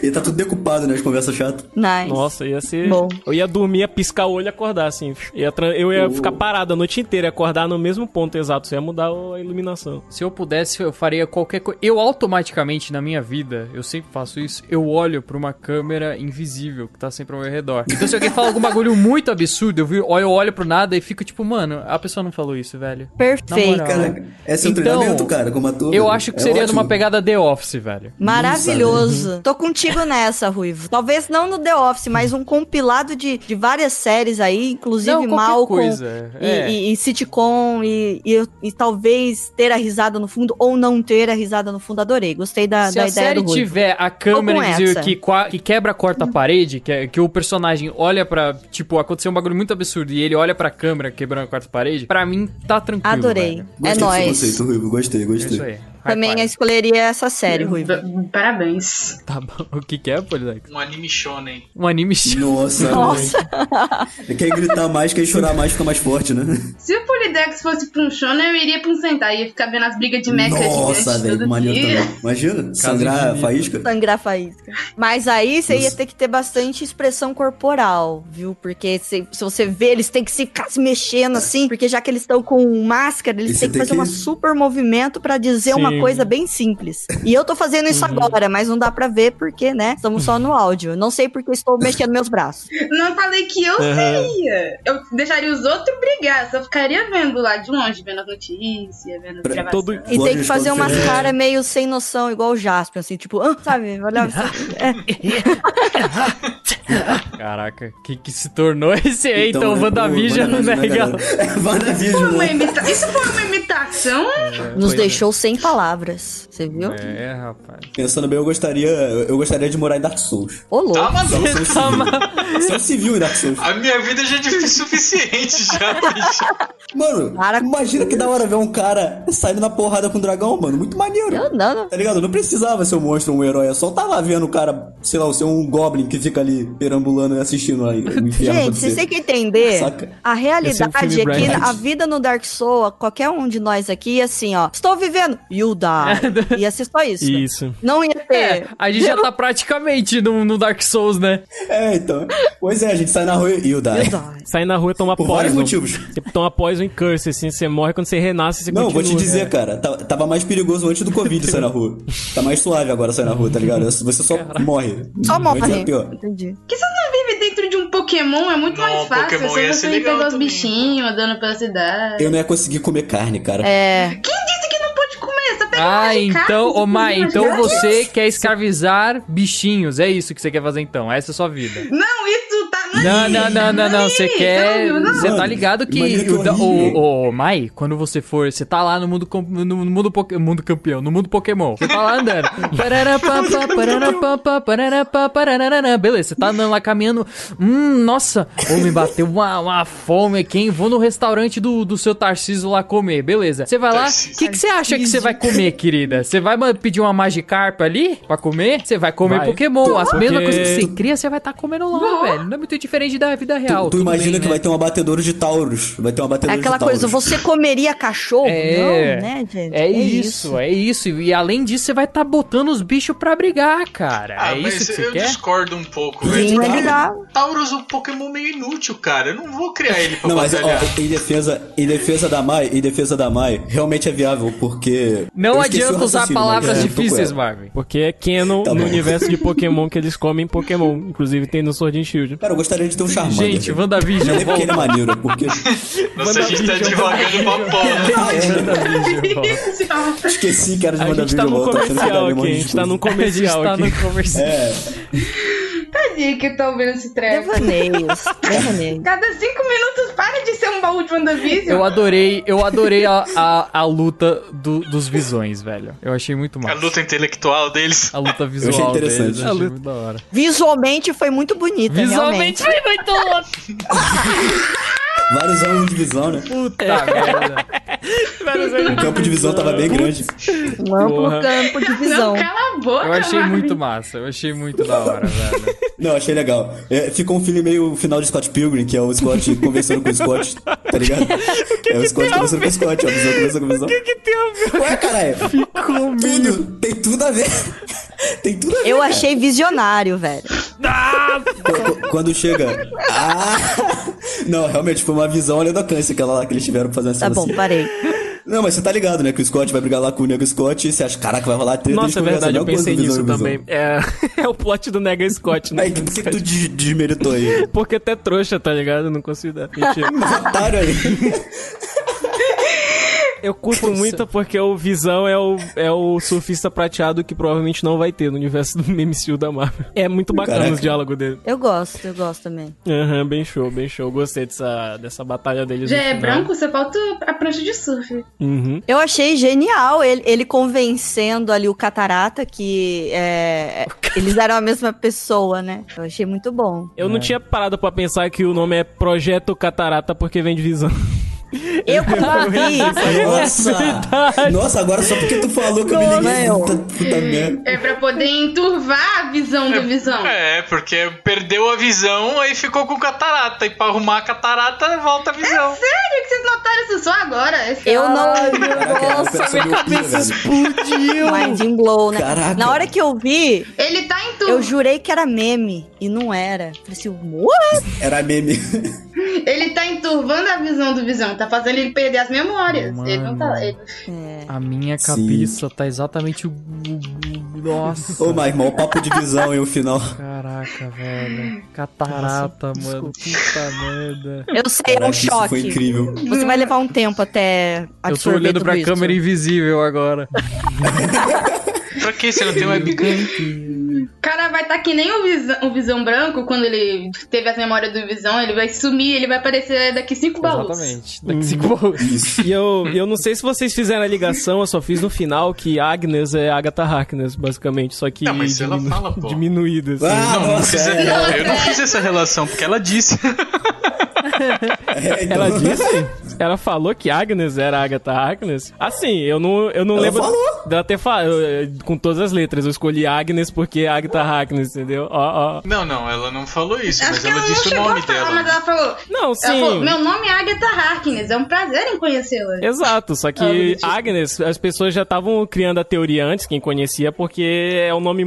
E tá tudo decupado, né, as conversas chatas. Nice. Nossa, ia ser. Bom. Eu ia dormir, ia piscar o olho e acordar, assim. Ia tra- Eu ia Oh. ficar parado a noite inteira, ia acordar no mesmo ponto exato. Só ia mudar a iluminação. Se eu pudesse, eu faria qualquer coisa. Eu automaticamente, na minha vida, eu sempre faço isso, eu olho pra uma câmera invisível que tá sempre ao meu redor. Então se alguém fala algum bagulho muito absurdo, eu, vi, eu olho pro nada e fico tipo, mano, a pessoa não falou isso, velho. Perfeito. Na moral. Caraca, é seu Então, treinamento, cara, como ator. Eu velho. acho que É seria ótimo. numa pegada The Office, velho. Maravilhoso. Tô contigo nessa, Ruivo. Talvez não no The Office, mas um compilado de, de várias séries aí, inclusive Não, qualquer Malcolm coisa. E, é. e- e sitcom, e, e- e talvez ter a risada no fundo, ou não ter a risada no fundo. Adorei. Gostei da, Se da a Ah, ideia série do Ruivo. tiver a câmera Tô com invisível essa. Hum. que, qua- que quebra, corta a parede, que, é- que o personagem olha pra. Tipo, aconteceu um bagulho muito absurdo e ele olha pra câmera quebrando a quarta parede, pra mim tá tranquilo. Adorei. É velho. Gostei desse nóis. conceito, Ruivo, gostei, É isso gostei. aí. High Também eu five. escolheria essa série, Ruivo. Parabéns. Tá bom. O que, que é, Polidex? Um anime shonen. Um anime show. Nossa, Nossa. velho. quem gritar mais, quem chorar mais fica mais forte, né? Se o Polidex fosse pra um Shonen, eu iria pra um Sentai. Ia ficar vendo as brigas de mecha Nossa, gigante velho, todo maneiro dia. também. Imagina, sangrar a infinita. faísca. Sangrar faísca. Mas aí você ia Nossa. ter que ter bastante expressão corporal, viu? Porque se, se você vê, eles têm que se ficar se mexendo assim, porque já que eles estão com máscara, E eles você têm que tem fazer um que- super movimento pra dizer Sim. uma coisa bem simples. E eu tô fazendo isso agora, mas não dá pra ver porque, né? Estamos só no áudio. Não sei porque eu estou mexendo meus braços. Não falei que eu seria. Eu deixaria os outros brigar. Só ficaria vendo lá de longe, vendo as notícias, vendo as Pra- gravações. todo- E Olhos tem que fazer todos umas diferentes. caras meio sem noção, igual o Jasper, assim, tipo, ah, sabe? Olha, Caraca, que que se tornou esse aí? Então, né, WandaVision, pô, né, galera? galera? WandaVision, Uma né? imita- Isso foi uma imitação? nos Pois é. deixou sem palavras. Você viu? É, rapaz. Pensando bem, eu gostaria, eu gostaria de morar em Dark Souls. Ô, louco. Tá maluco. Só um civil. Só um civil em Dark Souls. A minha vida já é difícil o suficiente já, bicho. Mano, Para com imagina que da hora ver um cara saindo na porrada com um dragão, mano. Muito maneiro. Eu não, não. Tá ligado? Não precisava ser um monstro, um herói. Eu só tava vendo o cara, sei lá, ser um goblin que fica ali perambulando e assistindo aí o inferno Gente, acontecer. vocês têm que entender. Saca? A realidade Esse é um filme é que Bright. a vida no Dark Souls, qualquer um de nós aqui, assim, ó, estou vivendo, you die. Ia ser só isso. Isso. Não ia É, ter. a gente já tá praticamente no, no Dark Souls, né? É, então. Pois é, a gente sai na rua e e o Dai. You die. Sair na rua e tomar Por vários poison. motivos. Tipo, tomar poison em curse, assim. Você morre quando você renasce, você Não, continua. É. vou te dizer, cara, tá- tava mais perigoso antes do Covid sair na rua. Tá mais suave agora sair na rua, tá ligado? Você só morre. Só Antes morre. era pior. Entendi. Por que vocês não vivem dentro dentro de um Pokémon é muito Não, mais fácil. Pokémon só ia você ser legal pegar os também. bichinhos andando pela cidade. Eu não ia conseguir comer carne, cara. É. Isso aqui não pode comer, só pega Ah, uma de carne, então, você ô Mai, pode então imaginar. você quer escravizar bichinhos. É isso que você quer fazer então. Essa é a sua vida. Não, isso tá. Não, não, não, não, não. Você quer. Não, não. Você tá ligado que. Mano, que o- horrível. Ô, ô, Mai, quando você for. Você tá lá no mundo. com- No mundo, poké- mundo campeão. No mundo Pokémon. Você tá lá andando. Pararapá, pá, pararapá, pá, pararapá, parararará. Beleza, você tá andando lá caminhando. Hum, nossa. Ô, me bateu uma, uma fome aqui, hein? Vou no restaurante do, do seu Tarcísio lá comer. Beleza. Você vai lá. O Tarcísio. que que você acha que você vai comer, querida? Você vai ma- pedir uma Magikarp ali pra comer? Você vai comer Vai. Pokémon. As Porque- mesmas coisas que você cria, você vai estar comendo lá, velho. Não é muito diferente da vida Tu, real. tu imagina né? que vai ter um abatedouro de Tauros. Vai ter um É abatedouro aquela de Tauros. coisa, você comeria cachorro? É. Não, né, gente? É isso, é isso. E além disso, você vai estar botando os bichos pra brigar, cara. Ah, é mas isso que você eu quer? discordo um pouco, Sim, velho. vai brigar. Tauros é um Pokémon meio inútil, cara. Eu não vou criar ele pra Não, mas ó, batalhar. em defesa, em defesa da Mai, em defesa da Mai, realmente é viável, porque. Não eu esqueci o adianta usar raciocínio, palavras mas eu tô com difíceis, ela. Marvin. Porque é canon Tá no bom. universo de Pokémon que eles comem Pokémon. Inclusive tem no Sword and Shield. Cara, eu gostaria de ter um Charmander. Gente, velho. WandaVision, Não é porque ele é volta. maneiro, é porque. Nossa, a gente tá vídeo, devagando pra porra. Ah, é, WandaVision, volta. esqueci que era de A gente tá WandaVision num volta. achando que comercial era aqui, uma a gente tá num A gente comercial tá aqui. no comercial. É, Tadinho que tá ouvindo esse treco. Devaneios. Devaneios. Cada cinco minutos para de ser um baú de WandaVision. Eu adorei, eu adorei a, a, a luta do- dos visões, velho. Eu achei muito A massa. luta intelectual deles. A luta visual achei interessante. deles, eu A achei luta- muito da hora. Visualmente foi muito bonita, realmente. Visualmente foi muito louco. vários anos de visão, né? um Puta merda. O campo de visão tava bem grande. Um amplo Porra. campo de Não, visão. cala a boca, Eu achei Marvin. muito massa, eu achei muito da hora, velho. Não, achei legal. É, ficou um filme meio final de Scott Pilgrim, que é o Scott conversando com o Scott, tá ligado? é o Scott conversando com o Scott, a visão conversando com a visão. O que que tem a ver? Ué, caralho. Ficou tudo, Tem tudo a ver. Tem tudo a ver. Eu achei visionário, velho. Qu- qu- Quando chega. Ah! Não, realmente foi uma visão olhando a câncer aquela lá que eles tiveram pra fazer essa assim. Tá bom, parei. Não, mas você tá ligado, né? Que o Scott vai brigar lá com o Nego Scott e você acha, caraca, vai rolar treta. eles Nossa, é conversam, verdade, eu mesma coisa pensei do Visão nisso e Visão. também. É, é o plot do Nega Scott, né? Aí, por que, que tu des- desmeritou aí? Porque até trouxa, tá ligado? Não consigo dar. Mentira. Otário aí. Eu curto muito porque o Visão é o, é o surfista prateado que provavelmente não vai ter no universo do MCU da Marvel. É muito bacana Caraca. os diálogos dele. Eu gosto, eu gosto também. Aham, bem show, bem show. Gostei dessa, dessa batalha deles. Já no é final. branco, só falta a prancha de surf. Uhum. Eu achei genial ele, ele convencendo ali o Catarata que é, eles eram a mesma pessoa, né? Eu achei muito bom. Eu É. não tinha parado pra pensar que o nome é Projeto Catarata porque vem de visão. Eu vi. Nossa! Nossa, agora só porque tu falou que eu me liguei. Puta, puta merda. É pra poder enturvar a visão do visão. É, porque perdeu a visão, aí ficou com catarata. E pra arrumar a catarata, volta a visão. É Sério que vocês notaram isso só agora? Esse- Eu não. Nossa, minha cabeça Mind blow, né? Caraca. Na hora que eu vi, Ele tá em eu turno. jurei que era meme e não era. Falei assim, what? Era meme. Ele tá enturvando a visão do visão. Tá fazendo ele perder as memórias. Mano. Ele não tá. ele- É. A minha Sim. cabeça tá exatamente o. o- o- Nossa. Ô, mas irmão, o papo de visão e o final. Caraca, velho. Catarata, mano. Puta merda. Eu sei, é Caraca, um isso foi choque. incrível. Você vai levar um tempo até Eu tô absorver olhando tudo pra isso. câmera invisível agora. Pra que você não tem um webcam? O cara vai tá que nem o visão, o visão branco, quando ele teve as memórias do visão, ele vai sumir, ele vai aparecer daqui cinco baús. Exatamente. Daqui cinco baús. Isso. E eu, eu não sei se vocês fizeram a ligação, eu só fiz no final que Agnes é Agatha Harkness, basicamente. Só que Não, mas ela diminu- fala, pô. diminuída, assim. Ah, Não, não nossa, fiz, é, eu não fiz essa relação, porque ela disse. é, então- Ela disse? Ela falou que Agnes era Agatha Harkness? Assim, eu não, eu não Ela lembro falou. dela ter falado com todas as letras. Eu escolhi Agnes porque é Agatha Harkness, entendeu? Ó, ó. Não, não, ela não falou isso, Acho mas que ela ela não disse o chegou nome a falar, dela. mas ela falou. Não, sim. Ela falou, meu nome é Agatha Harkness, é um prazer em conhecê-la. Exato, só que Ah, bonitinho. Agnes, as pessoas já estavam criando a teoria antes, quem conhecia, porque é um nome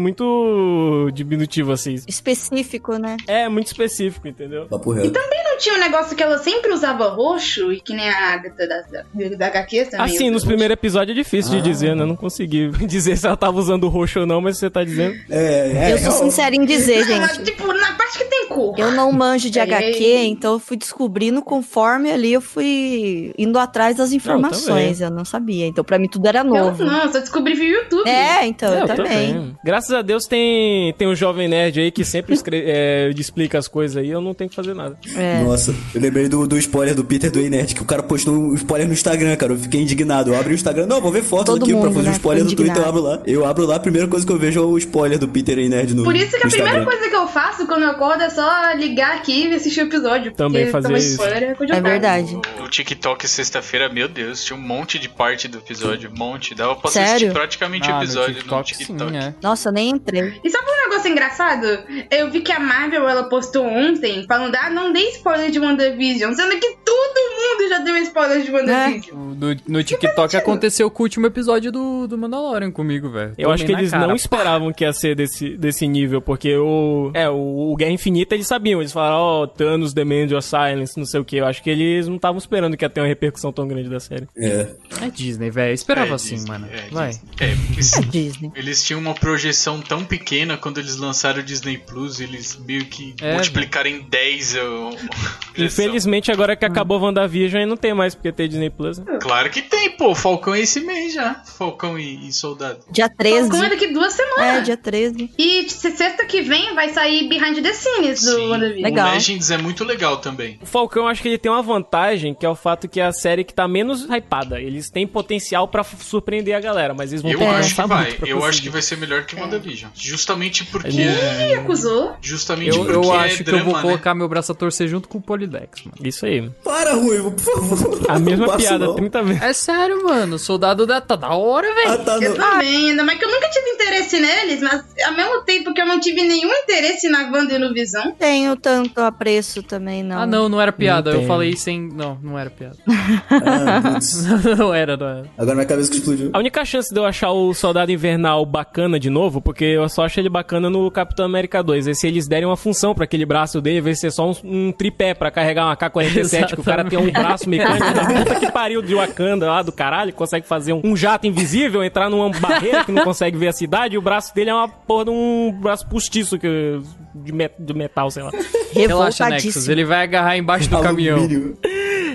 muito diminutivo, assim. Específico, né? É, muito específico, entendeu? Papo reto. Não tinha um negócio que ela sempre usava roxo, e que nem a Agatha da, da, da HQ também. Assim, usa nos roxo? Ah. primeiros episódios é difícil de dizer, né? Não consegui dizer se ela tava usando roxo ou não, mas você tá dizendo. É, é, eu sou real. sincera em dizer, gente. Não, tipo, na parte que tem cor. Eu não manjo de Ei. HQ, então eu fui descobrindo conforme ali eu fui indo atrás das informações. eu não sabia, então pra mim tudo era Eu novo. não, eu só descobri via YouTube. É, então eu, também. Graças a Deus tem tem um jovem nerd aí que sempre escre- é, explica as coisas aí, eu não tenho que fazer nada. É. Nossa, eu lembrei do, do spoiler do Peter do Nerd, que o cara postou um spoiler no Instagram, cara. Eu fiquei indignado. Eu abri o Instagram, não, vou ver foto Todo daqui pra mundo, fazer né? um spoiler do Ficou Twitter, eu abro indignado. lá. Eu abro lá, a primeira coisa que eu vejo é o spoiler do Peter e Nerd no Por isso que a no Instagram. primeira coisa que eu faço quando eu acordo é só ligar aqui e assistir o episódio. Também porque fazer tomar isso. spoiler coisa de É otário. verdade. O- O TikTok sexta-feira, meu Deus, tinha um monte de parte do episódio, um monte. Dava pra assistir Sério? praticamente o Ah, no episódio no TikTok. sim, é. Nossa, eu nem entrei. E sabe um negócio engraçado? Eu vi que a Marvel ela postou ontem falando: ah, não dei spoiler de WandaVision, sendo que todo mundo já deu spoiler de WandaVision. No, no TikTok aconteceu com o último episódio do, do Mandalorian comigo, velho. Eu acho que Tomei na eles cara. não esperavam que ia ser desse, desse nível, porque o. É, o, o Guerra Infinita eles sabiam. Eles falaram, ó, Thanos, The Man of Silence, não sei o que. Eu acho que eles não estavam esperando que ia ter uma repercussão tão grande da série. É. É Disney, velho. Esperava É, assim, Disney, mano. é, Vai. Disney. É, eles, É Disney. eles tinham uma projeção tão pequena quando eles lançaram o Disney Plus, eles meio que É, multiplicaram em 10 eu- a projeção. Infelizmente, agora Ah. que acabou WandaVision, aí não tem mais porque tem Disney Plus. né? Claro que tem, pô. Falcão é esse mês já. Falcão e, e Soldado. Dia Falcão 13. é daqui É, duas semanas. dia 13. E se- sexta que vem vai sair Behind the Scenes do Sim. WandaVision. Legal. O Legends é muito legal também. O Falcão, acho que ele tem uma vantagem, que é o fato que é a série que tá menos hypada. Eles têm potencial pra f- surpreender a galera, mas eles vão Eu ter acho que lançar vai. muito pra Eu acho conseguir. que vai ser melhor que WandaVision. Justamente É porque. Ih, Ih, acusou. Justamente Eu, porque eu é acho que eu drama, vou né? colocar meu braço a torcer junto com o Polidex, mano. Isso aí. Para, Ruivo, por favor. A Não mesma faço, piada, um não. 30 vezes. É sério, mano. Soldado da... Tá da hora, velho. Ah, tá, Eu não. também, ainda mais que eu nunca tive interesse neles, mas ao mesmo tempo que eu não tive nenhum interesse na Wanda e no Visão, Tenho tanto apreço também, não. Ah, não, não era piada. Não eu tem. falei sem... Não, não era piada. Ah, putz. não era, não era. Agora minha cabeça que explodiu. A única chance de eu achar o Soldado Invernal bacana de novo, porque eu só acho ele bacana no Capitão América 2. E se eles derem uma função pra aquele braço dele, vai ser só um, um tripé pra carregar uma K-47, que o cara tem um braço mecânico da puta que pariu de Wakanda lá do caralho, consegue fazer um, um jato invisível, entrar numa barreira que não consegue ver a cidade, e o braço dele é uma porra de um braço postiço que, de, met- de metal, sei lá. Relaxa, Nexus. Revoltadíssimo. Ele vai agarrar embaixo do caminhão. Alumínio.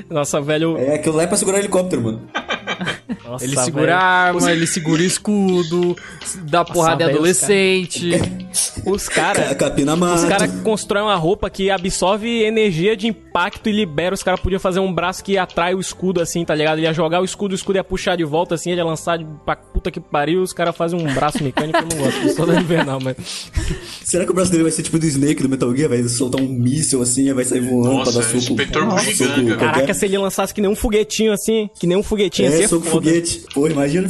Nossa, velho. É, aquilo lá é pra segurar o helicóptero, mano. Nossa, Ele velho. segura a arma, ele segura o escudo, dá porrada em velho, os adolescente. Os caras. Ca- Capina Os mata. caras constroem uma roupa que absorve energia de impacto e libera. Os caras podiam fazer um braço que atrai o escudo, assim, tá ligado? Ele ia jogar o escudo, o escudo ia puxar de volta, assim, ele ia lançar de pra puta que pariu. Os caras fazem um braço mecânico, eu não gosto. Só da invernal, mas. Será que o braço dele vai ser tipo do Snake do Metal Gear? Vai soltar um míssil assim e vai sair voando Nossa, pra dar soco. inspetor Nossa, bugiganga, soco velho. qualquer. Caraca, se ele lançasse que nem um foguetinho, assim, que nem um foguetinho, ia É, ser soco foda. foguete. Pô, imagina.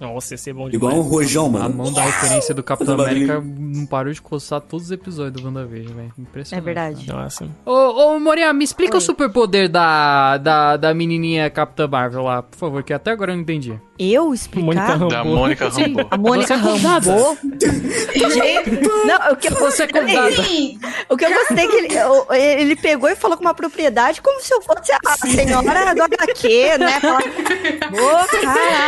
Nossa, ia ser bom demais. Igual um rojão, A mano. mão da referência do Capitão Fazer barulho. América não parou de coçar todos os episódios do WandaVision, velho. Impressionante. É um verdade. Nossa. cara. Ô, ô Moria, me explica o superpoder da, da, da menininha Capitã Marvel lá, por favor, que até agora eu não entendi. Eu Mônica explicar? Rambo. Da Mônica Rambo. A Mônica Você é convidada. Rambo? Gente, não, o que, Você é convidada. sim, o que eu gostei é que ele, o- ele pegou e falou com uma propriedade como se eu fosse a senhora do HQ, né? Falar, "Ô,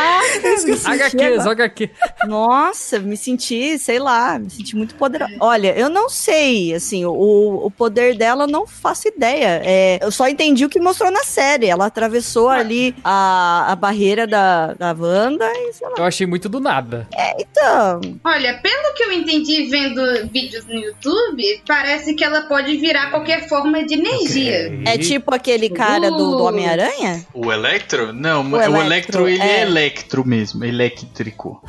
caraca, HQs, HQ. Nossa, me senti, sei lá, me senti muito poderosa. Olha, eu não sei, assim, o, o poder dela eu não faço ideia. É, eu só entendi o que mostrou na série. Ela atravessou ali a, a barreira da, da Wanda e sei lá. Eu achei muito do nada. Então, Olha, pelo que eu entendi vendo vídeos no YouTube, parece que ela pode virar qualquer forma de energia. é tipo aquele cara do, do Homem-Aranha? O Electro? Não, o, Electro, Electro, ele é. é. Electro mesmo, elétrico.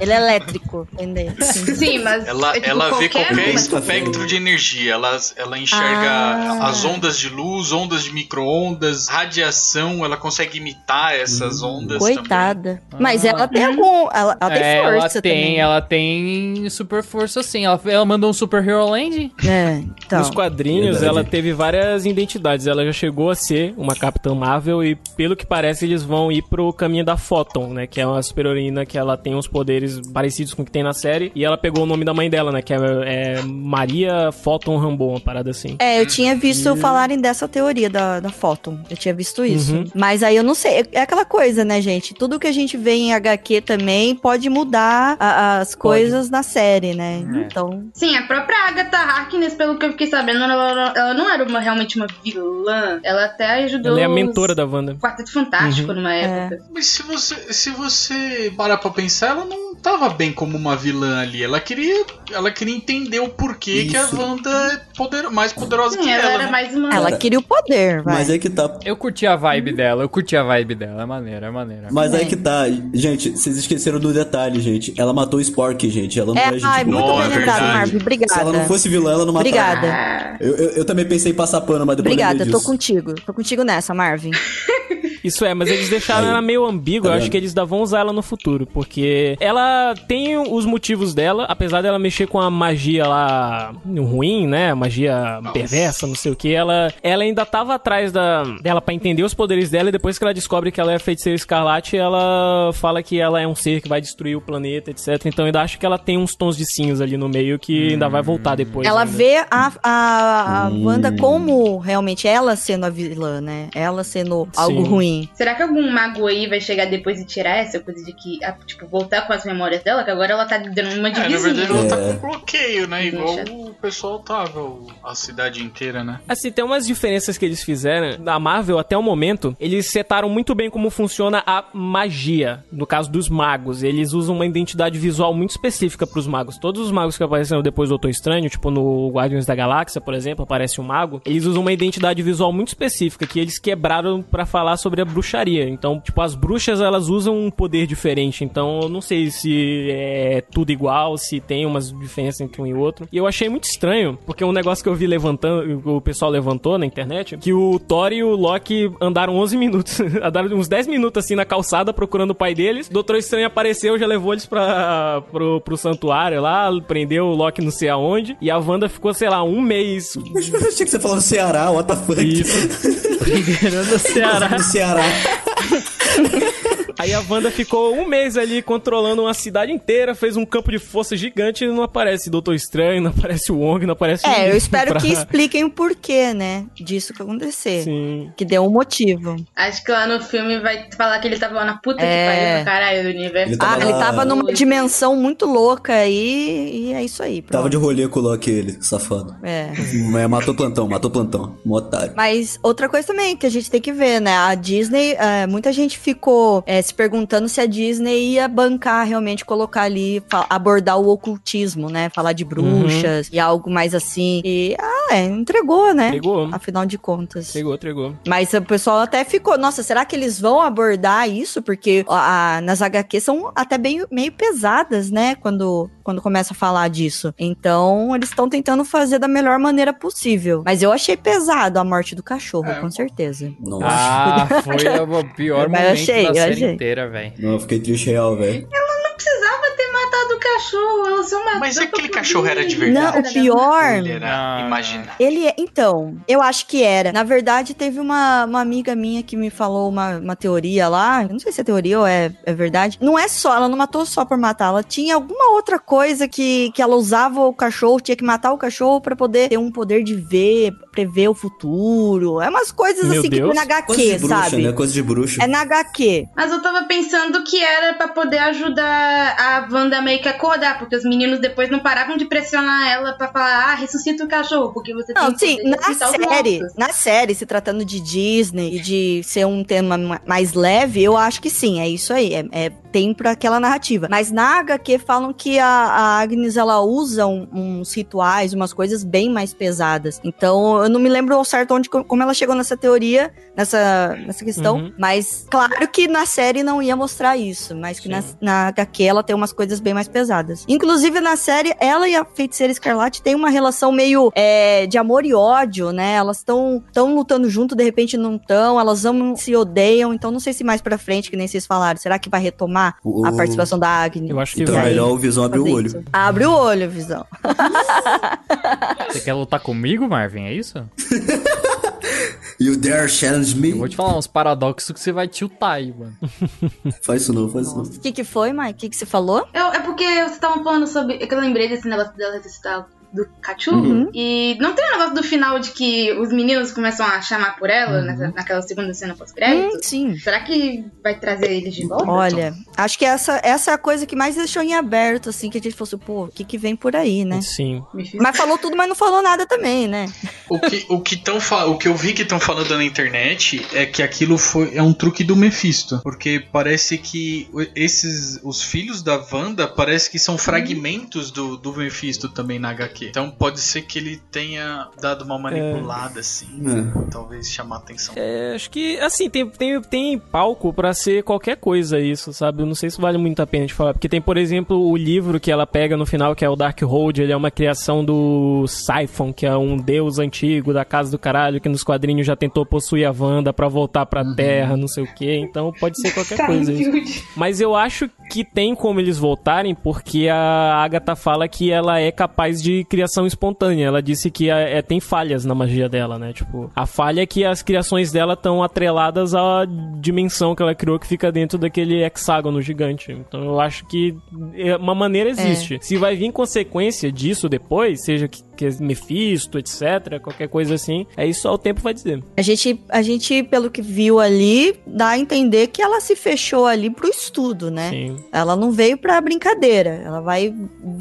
Ele é elétrico, entendeu? Sim. Sim, mas Ela, é tipo ela vê qualquer um. espectro de energia, ela, ela enxerga Ah. as ondas de luz, ondas de micro-ondas, radiação, ela consegue imitar essas ondas Coitada. Mas Ah. ela tem algum. Ela, ela tem É, força ela tem, também. ela tem super força sim. Ela, ela mandou um Super Hero Land? É, então. Nos quadrinhos, Verdade. ela teve várias identidades. Ela já chegou a ser uma Capitã Marvel e, pelo que parece, eles vão ir pro caminho da Photon, né? Que é uma super-heroína que ela tem uns poderes parecidos com o que tem na série. E ela pegou o nome da mãe dela, né? Que é, é Maria Photon Rambo, uma parada assim. É, eu tinha visto falarem dessa teoria da, da Photon. Eu tinha visto isso. Uhum. Mas aí eu não sei. É aquela é coisa, né, gente? Tudo que a a gente vê em HQ também pode mudar a- as coisas na série, né? É. Então, Sim, a própria Agatha Harkness, pelo que eu fiquei sabendo, ela, ela não era uma- realmente uma vilã. Ela até ajudou. Ela é a mentora da Uhum. Wanda. o Quarteto Fantástico numa É. época. Mas se você, se você parar pra pensar, ela não tava bem como uma vilã ali. Ela queria, ela queria entender o porquê que a Isso. Wanda é poder, mais poderosa Sim, que ela, ela. era né? mais uma. ela queria o poder, vai. é- Mas aí que tá. Eu curti a Hum. vibe dela, eu curti a vibe dela. É maneira, é maneira. Mas aí É. que tá. Gente, vocês esqueceram do detalhe, gente. Ela matou o Spork, gente. Ela não é, É, gente. ai, boa. muito Não, é bem lembrado, verdade. Marvel. Obrigada. Se ela não fosse vilã, ela não matava. Obrigada. Ah, Eu, eu, eu também pensei em passar pano, mas depois Obrigada, lembrei tô disso. contigo. Tô contigo nessa, Marvin. Isso é, mas eles deixaram Aí. ela meio ambígua. Tá eu acho vendo? que eles ainda vão usar ela no futuro. Porque ela tem os motivos dela, apesar dela mexer com a magia lá ruim, né? Magia perversa, não sei o que. Ela, ela ainda tava atrás da, dela pra entender os poderes dela. E depois que ela descobre que ela é feiticeira escarlate, ela fala que ela é um ser que vai destruir o planeta, etc. Então eu ainda acho que ela tem uns tons de cinza ali no meio que ainda vai voltar depois. né? ela ainda. vê a, a, a Hum. Wanda como realmente ela sendo a vilã, né? Ela sendo algo Sim. ruim. será que algum mago aí vai chegar depois e tirar essa coisa de que, ah, tipo, voltar com as memórias dela? Que agora ela tá dando uma É, na verdade, divisão. ela tá É. com bloqueio, né? Deixa. Igual o pessoal tava, o- a cidade inteira, né? Assim, tem umas diferenças que eles fizeram. Na Marvel, até o momento, eles setaram muito bem como funciona a magia. No caso dos magos, eles usam uma identidade visual muito específica pros magos. Todos os magos que apareceram depois do Doutor Estranho, tipo no Guardiões da Galáxia, por exemplo, aparece um mago, eles usam uma identidade visual muito específica que eles quebraram pra falar sobre a bruxaria. Então, tipo, as bruxas, elas usam um poder diferente. Então, eu não sei se é tudo igual, se tem umas diferenças entre um e outro. E eu achei muito estranho, porque um negócio que eu vi levantando, o pessoal levantou na internet, que o Thor e o Loki andaram 11 minutos, andaram uns 10 minutos assim na calçada procurando o pai deles. O Doutor Estranho apareceu, já levou eles pra, pro, pro santuário lá, prendeu o Loki não sei aonde. E a Wanda ficou, sei lá, um mês Eu achei que você falou do Ceará, what the fuck? liderando o Ceará. Do Ceará. Aí a Wanda ficou um mês ali controlando uma cidade inteira, fez um campo de força gigante e não aparece Doutor Estranho, não aparece o Wong, não aparece É, ninguém eu espero pra- que expliquem o porquê, né? Disso que acontecer. Sim. Que deu um motivo. Acho que lá no filme vai falar que ele tava lá na puta É. que pariu, no caralho, do universo. Ele Ah, tava ele lá- tava numa dimensão muito louca aí, e é isso aí. Tava pronto. de rolê com o Loki, ele, safado. É. É, matou plantão, matou plantão. Um otário. Mas outra coisa também que a gente tem que ver, né? A Disney, é, muita gente ficou é, se perguntando se a Disney ia bancar realmente, colocar ali, fa- abordar o ocultismo, né? Falar de bruxas e algo mais assim. E, ah, é, entregou, né? Entregou. Afinal de contas. Entregou, entregou. Mas o pessoal até ficou, nossa, será que eles vão abordar isso? Porque a- a- nas HQ são até bem, meio pesadas, né? Quando, quando começa a falar disso. Então, eles estão tentando fazer da melhor maneira possível. Mas eu achei pesado a morte do cachorro, É. com certeza. Nossa. Ah, foi o pior Mas momento achei, da eu série achei. inteira, velho. Não, eu fiquei triste real, velho. É precisava ter matado o cachorro, ela só matou. Mas aquele pra cachorro era de poder. verdade? né? Não, o pior. Ele era Não. imaginar. Ele é, então, eu acho que era. Na verdade, teve uma, uma amiga minha que me falou uma, uma teoria lá. Eu Não sei se é teoria ou é, é verdade. Não é só, ela não matou só por matar. Ela tinha alguma outra coisa que, que ela usava o cachorro, tinha que matar o cachorro pra poder ter um poder de ver, prever o futuro. É umas coisas Meu assim que foi Deus. na Coisa HQ, de bruxa, sabe? né? Coisa de bruxa. É na HQ. Mas eu tava pensando que era pra poder ajudar a Wanda meio que acordar, porque os meninos depois não paravam de pressionar ela pra falar, ah, ressuscita o cachorro, porque você tem Não, que sim, poder na ressuscitar os série, mortos." na série, se tratando de Disney e de ser um tema ma- mais leve, eu acho que sim, é isso aí, é, é- tem pra aquela narrativa. Mas na HQ falam que a, a Agnes, ela usa um- uns rituais, umas coisas bem mais pesadas. Então, eu não me lembro ao certo onde, co- como ela chegou nessa teoria, nessa, nessa questão, Uhum. mas claro que na série não ia mostrar isso, mas que na, Sim. na HQ ela tem umas coisas bem mais pesadas. Inclusive, na série, ela e a Feiticeira Escarlate têm uma relação meio é, de amor e ódio, né? Elas estão tão lutando junto, de repente não estão, elas amam, se odeiam, então não sei se mais pra frente, que nem vocês falaram, será que vai retomar O- a participação da Agni? Eu acho que Então é vai. melhor o Visão abrir o Fazer olho. isso. Abre o olho, Visão. Você quer lutar comigo, Marvin? É isso? You dare challenge me? Eu vou te falar uns paradoxos que você vai tiltar aí, mano. Faz isso não, faz isso não. O que que foi, Mike? O que que você falou? Eu- é porque vocês estavam falando sobre. É que eu lembrei desse negócio dela ressuscitar do Cachu. Uhum. E não tem o negócio do final de que os meninos começam a chamar por ela Uhum. nessa- naquela segunda cena pós-crédito? Hum, sim. Será que vai trazer eles de volta? Olha, acho que essa, essa é a coisa que mais deixou em aberto, assim, que a gente falou assim, pô, o que, que vem por aí, né? Sim. Me fiz- Mas falou tudo, mas não falou nada também, né? O que, o, que tão fa- o que eu vi que estão falando na internet é que aquilo foi, é um truque do Mephisto. Porque parece que o- esses os filhos da Wanda parece que são fragmentos do, do Mephisto também na HQ. Então pode ser que ele tenha dado uma manipulada, assim. É. Talvez chamar atenção. É, acho que, assim, tem, tem, tem palco pra ser qualquer coisa isso, sabe? Eu não sei se vale muito a pena de falar. Porque tem, por exemplo, o livro que ela pega no final, que é o Dark Hold. Ele é uma criação do Siphon, que é um deus antigo da casa do caralho, que nos quadrinhos já tentou possuir a Wanda pra voltar pra terra, não sei o quê. Então pode ser qualquer coisa isso. Starfield. Mas eu acho que tem como eles voltarem, porque a Agatha fala que ela é capaz de criação espontânea. Ela disse que a- é, tem falhas na magia dela, né? Tipo, a falha é que as criações dela estão atreladas à dimensão que ela criou que fica dentro daquele hexágono gigante. Então eu acho que é, uma maneira existe. Se vai vir consequência disso depois, seja que, que é Mephisto, etc., qualquer coisa assim, é isso só o tempo vai dizer. A gente, a gente, pelo que viu ali, dá a entender que ela se fechou ali pro estudo, né? Sim. Ela não veio pra brincadeira. Ela vai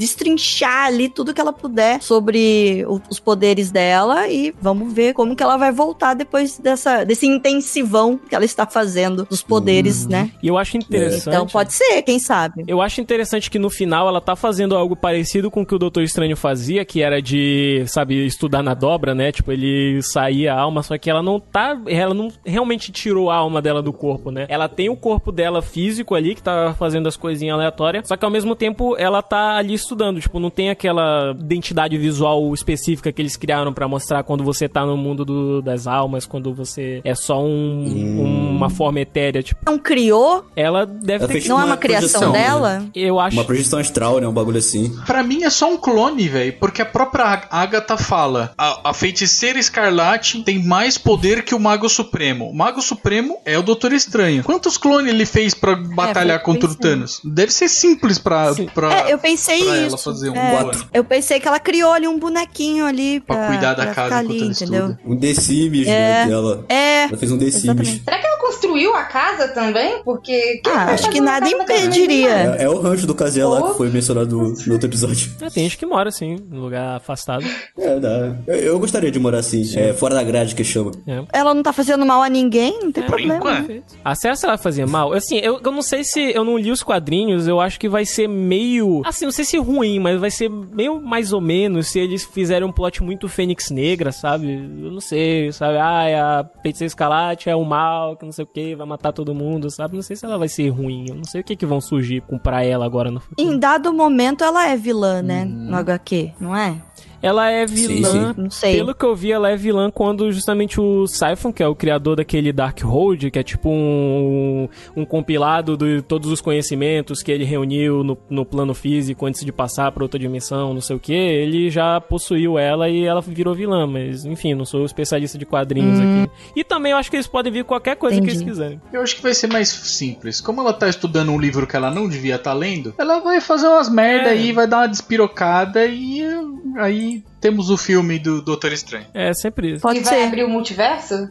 destrinchar ali tudo que ela puder sobre o- os poderes dela e vamos ver como que ela vai voltar depois dessa, desse intensivão que ela está fazendo dos poderes, né? E eu acho Hum, interessante. Então pode ser, quem sabe. Eu acho interessante que no final ela tá fazendo algo parecido com o que o Doutor Estranho fazia, que era de, sabe, estudar na dobra, né? Tipo, ele saía a alma, só que ela não tá. Ela não realmente tirou a alma dela do corpo, né? Ela tem o corpo dela físico ali, que tá fazendo as coisinhas aleatórias, só que ao mesmo tempo ela tá ali estudando. Tipo, não tem aquela identidade visual específica que eles criaram pra mostrar quando você tá no mundo do- das almas, quando você é só um- uma forma etérea. Tipo, Não Então, criou? ela deve Hum. Ela ter fez que. Não é uma Uma criação projeção, né? dela? Eu acho Uma projeção astral, né? Um bagulho assim. Pra mim é só um clone, velho. Porque a própria Ag- Agatha fala: a, a feiticeira escarlate tem mais poder que o Mago Supremo. O Mago Supremo é o Doutor Estranho. Quantos clones ele fez pra batalhar foi contra o pensando. Thanos? Deve ser simples pra, Sim. pra, É, eu pensei pra ela isso. fazer um É, clone. eu pensei que ela criou ali um bonequinho ali pra, Pra cuidar da pra casa ficar enquanto ali, ela entendeu? estuda. Um The Sims, É. né? Dela. É. Ela fez um The Sims. Exatamente. Será que ela construiu a casa também? Porque. quem Ah, vai acho fazer que uma nada casa na casa de ninguém? impediria. É, é o rancho do Casé lá Oh. que foi mencionado no outro episódio. É, tem gente que mora, assim, em lugar afastado. É, dá. Eu, eu gostaria de morar assim, é, fora da grade que chama. Ela não tá fazendo mal a ninguém, não tem Por problema. É, enquanto. A Sarah, se ela fazia mal, assim, eu, eu não sei se... Eu não li os quadrinhos, eu acho que vai ser meio... Assim, não sei se ruim, mas vai ser meio mais ou menos se eles fizerem um plot muito Fênix Negra, sabe? Eu não sei, sabe? Ah, a Feiticeira Escarlate é o mal, que não sei o que, vai matar todo mundo, sabe? Não sei se ela vai ser ruim, eu não sei o que que vão surgir com pra ela agora no futuro. Em dado momento ela é vilã, né? Hum. No HQ, não é? Ela é Sim, vilã... sim. Não sei. Pelo que eu vi, ela é vilã quando justamente o Siphon, que é o criador daquele Darkhold, que é tipo um, um compilado de todos os conhecimentos que ele reuniu no, no plano físico antes de passar pra outra dimensão, não sei o que, ele já possuiu ela e ela virou vilã, mas enfim, não sou especialista de quadrinhos aqui. E também eu acho que eles podem vir qualquer coisa que Entendi. eles quiserem. Eu acho que vai ser mais simples. Como ela tá estudando um livro que ela não devia estar lendo, ela vai fazer umas merda É. aí, vai dar uma despirocada e aí temos o filme do Doutor Estranho. É sempre isso. E Pode vai ser. abrir o multiverso?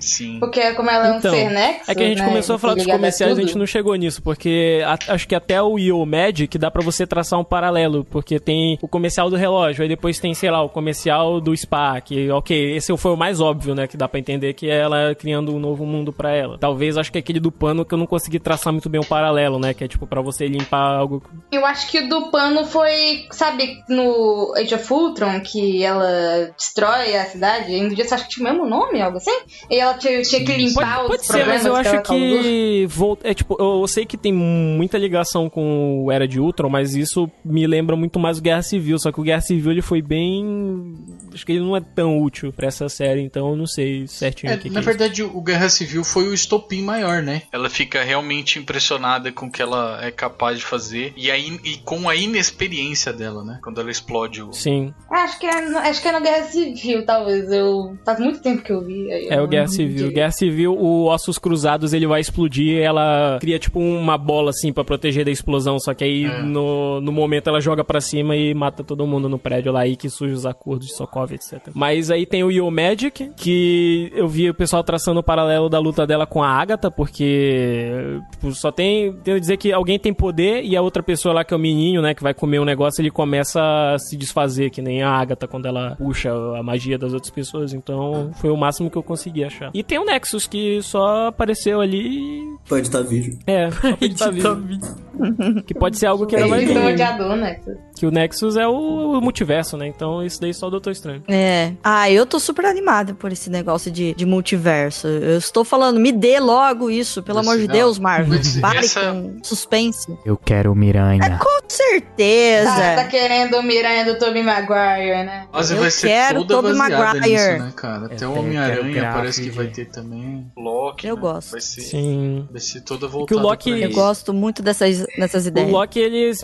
Sim. Porque como ela é um Então, ser nexo, É que a gente né, começou a falar dos ligada comerciais, a tudo. gente não chegou nisso, porque a- acho que até o Yo Magic dá pra você traçar um paralelo, porque tem o comercial do relógio, aí depois tem, sei lá, o comercial do spa, que, ok, esse foi o mais óbvio, né, que dá pra entender que é ela criando um novo mundo pra ela. Talvez, acho que é aquele do pano que eu não consegui traçar muito bem o paralelo, né, que é tipo pra você limpar algo... Eu acho que o do pano foi, sabe, no Age of Ultron, que ela destrói a cidade. E no dia você acha que tinha o mesmo nome, algo assim? E ela tinha, tinha que limpar os Pode ser, problemas mas eu acho ela tá causou. que... Vol... É tipo, eu eu sei que tem muita ligação com o Era de Ultron, mas isso me lembra muito mais o Guerra Civil, só que o Guerra Civil ele foi bem... Acho que ele não é tão útil pra essa série, então eu não sei certinho É, o que, que na é verdade, o Guerra Civil foi o estopim maior, né? Ela fica realmente impressionada com o que ela é capaz de fazer e, aí e com a inexperiência dela, né? Quando ela explode o, isso. Sim. Acho que é, no- acho que é na Guerra Civil, talvez. Eu faz muito tempo que eu vi. aí eu É o não Guerra lembro Civil. direito. Guerra Civil, o Ossos Cruzados, ele vai explodir, ela cria tipo uma bola assim pra proteger da explosão, só que aí no, no momento ela joga pra cima e mata todo mundo no prédio lá aí que surge os acordos de Sokov, etc. Mas aí tem o Yo Magic, que eu vi o pessoal traçando o paralelo da luta dela com a Agatha, porque tipo, só tem, tem que dizer que alguém tem poder e a outra pessoa lá que é o menino, né, que vai comer um negócio, ele começa a se desfazer, que nem a Agatha quando ela puxa a magia das outras pessoas. Então foi o máximo que eu consegui achar. E tem o Nexus que só apareceu ali. e- Pra editar vídeo. É, só pra tá editar vídeo. que pode ser algo que ela Eles vai estão ter. odiador, né? Que o Nexus é o, o multiverso, né? Então isso daí só o Doutor Estranho. É. Ah, eu tô super animada por esse negócio de, de multiverso. Eu estou falando, me dê logo isso, pelo Esse amor de não. Deus, Marvel. Esse- Pare essa- com suspense. Eu quero o É. Miranha. Com certeza. Tá, tá querendo o Miranha do Tobey Maguire, né? Quase Eu vai ser quero toda Tobey baseada Maguire. nisso, né, É, cara? Até Eu o quero Homem-Aranha gráfico, parece que vai gente. ter também. Loki. Eu né? gosto. Vai ser, Sim. É vai ser toda que voltada o Loki- pra Eu isso. gosto muito dessas, dessas O ideias. Loki, eles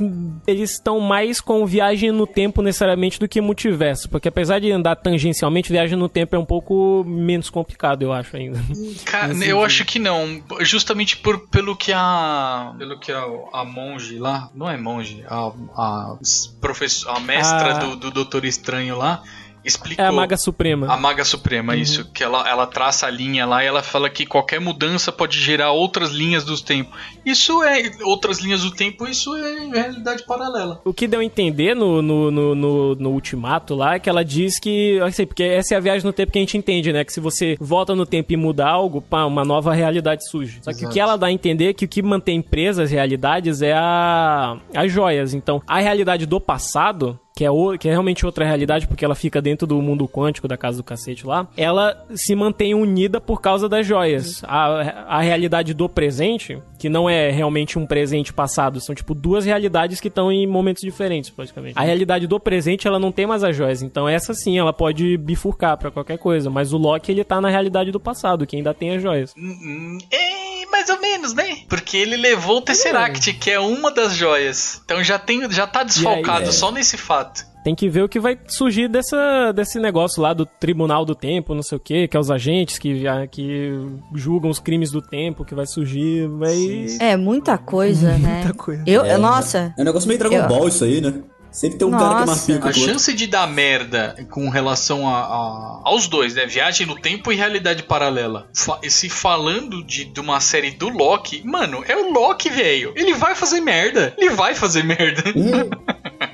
eles estão mais com viagem no tempo necessariamente do que multiverso, porque apesar de andar tangencialmente, viagem no tempo é um pouco menos complicado, eu acho ainda. Cara, Nesse né, eu sentido. acho que não. Justamente por, pelo que a. Pelo que a, a monge lá. Não é monge, a, a, s- professor, a mestra A- do, do Doutor Estranho lá explicou. É a Maga Suprema. Uhum. A Maga Suprema, isso. Que ela, ela traça a linha lá e ela fala que qualquer mudança pode gerar outras linhas do tempo. Isso é. Outras linhas do tempo, isso é realidade paralela. O que deu a entender no, no, no, no- no ultimato lá é que ela diz que. Assim, porque essa é a viagem no tempo que a gente entende, né? Que se você volta no tempo e muda algo, pá, uma nova realidade surge. Só que o Exato. que ela dá a entender é que o que mantém presas as realidades é a, as joias. Então, a realidade do passado. Que é, o- que é realmente outra realidade, porque ela fica dentro do mundo quântico da casa do cacete lá. Ela se mantém unida por causa das joias. A, a realidade do presente, que não é realmente um presente passado, são tipo duas realidades que estão em momentos diferentes, praticamente. A realidade do presente, ela não tem mais as joias, então essa sim, ela pode bifurcar pra qualquer coisa, mas o Loki, ele tá na realidade do passado, que ainda tem as joias. Hum, hum, É, mais ou menos, né? Porque ele levou o Tesseract, que é uma das joias. Então já, tem, já tá desfalcado é. só nesse fato. Tem que ver o que vai surgir dessa, desse negócio lá do Tribunal do Tempo, não sei o quê, que é os agentes que, já- que julgam os crimes do tempo, que vai surgir, mas... É, muita coisa, né? Muita coisa. Eu, É. nossa, É um negócio meio Dragon Eu- Ball isso aí, né? Sempre tem um cara que é mais Nossa. pica A que o outro. chance de dar merda com relação a, a- aos dois, né? Viagem no tempo e realidade paralela. Fa- e se falando de, de uma série do Loki, mano, é o Loki, velho. Ele vai fazer merda. Ele vai fazer merda. Hum,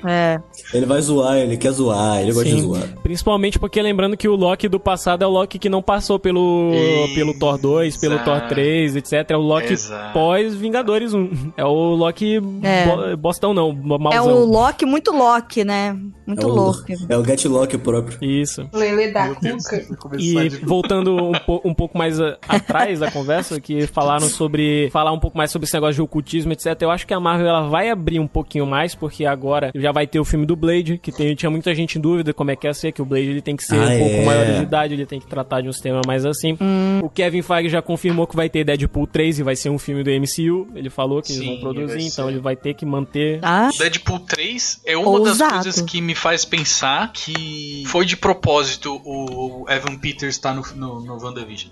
é. ele vai zoar, ele quer zoar, ele gosta Sim. de zoar. Principalmente porque lembrando que o Loki do passado é o Loki que não passou pelo, Exato. pelo Thor 2, pelo Thor 3, etc. É o Loki Exato. pós-Vingadores 1. É o Loki É. bo- bostão não, bo- É mauzão. o Loki, muito Loki, né? Muito É o- Loki. É o Get Lock próprio. Isso. Lele da Cuca. E voltando um, po- um pouco mais a- atrás da conversa, que falaram sobre. falar um pouco mais sobre esse negócio de ocultismo, etc. Eu acho que a Marvel ela vai abrir um pouquinho mais, porque agora já vai ter o filme do Blade, que tem- tinha muita gente em dúvida como é que ia ser, que o Blade ele tem que ser Ah, um pouco é. maior de idade, ele tem que tratar de uns temas mais assim. Hum. O Kevin Feige já confirmou que vai ter Deadpool 3 e vai ser um filme do MCU. Ele falou que eles Sim, vão produzir, vai ser. então ele vai ter que manter. Tá? Deadpool 3 é uma Ousado. das coisas que me faz pensar que foi de propósito o Evan Peters estar no, no, no WandaVision.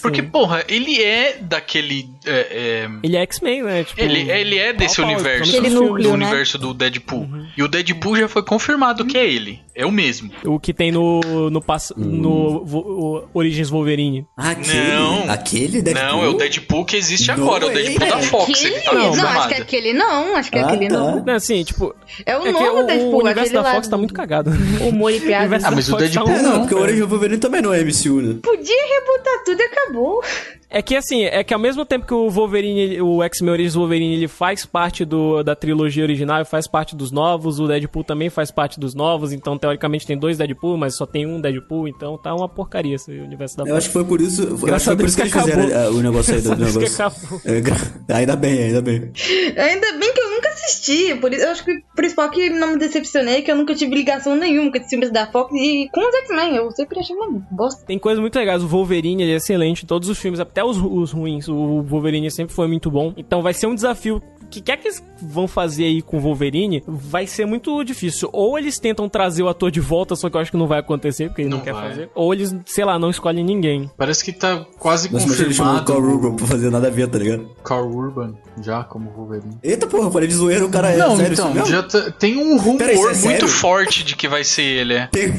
Porque, Uhum. Sim. porra, ele é daquele. é, é, ele é X-Men, né? Tipo, ele, ele é desse Qual- qual- universo. Aquele do núcleo, né? universo do Deadpool. E o Deadpool já foi confirmado que é ele. É o mesmo. O que tem no. no, Hum. pass- no vo- o Origins Wolverine. Aquele? Não. Aquele Deadpool? Não, é o Deadpool que existe Não agora. É o é Deadpool ele. da Fox. Ele tá não, acho que é confirmado. aquele não, acho que é Ah, aquele tá. não. Não, assim, tipo, É o é que nome o, da o Deadpool, universo aquele da lá Fox tá muito cagado. Humor e O piada. universo Ah, mas da o Fox tá Deadpool É, um- não, porque o Origem Wolverine também não é MCU, né? Podia rebutar tudo e acabou. É que assim, é que ao mesmo tempo que o Wolverine, o X-Men Origins Wolverine, ele faz parte do, da trilogia original, faz parte dos novos, o Deadpool também faz parte dos novos, então teoricamente tem dois Deadpool, mas só tem um Deadpool, então tá uma porcaria esse universo da Eu acho que foi por isso. Eu acho que foi a por Deus isso que eles que acabou. fizeram ah, o negócio aí do Graças a Deus que negócio. acabou. É, gra- Ainda bem, ainda bem. Ainda bem que eu nunca assisti. Por isso, eu acho que o principal que não me decepcionei é que eu nunca tive ligação nenhuma com os filmes da Fox e com os X-Men. Eu sempre achei uma bosta. Tem coisas muito legais. O Wolverine ele é excelente em todos os filmes, até os, os ruins. O Wolverine sempre foi muito bom. Então vai ser um desafio que quer que eles vão fazer aí com o Wolverine vai ser muito difícil. Ou eles tentam trazer o ator de volta, só que eu acho que não vai acontecer, porque ele não, Não quer vai. fazer. Ou eles, sei lá, não escolhem ninguém. Parece que tá quase Nossa, mas é ele chamou o confirmado Carl Urban pra fazer nada a ver, tá ligado? Carl Urban já como Wolverine. Eita porra, parei de zoeira, o cara é não, sério isso então, mesmo? já tá- tem um rumor Peraí, isso é muito sério? forte de que vai ser ele, é. Tem-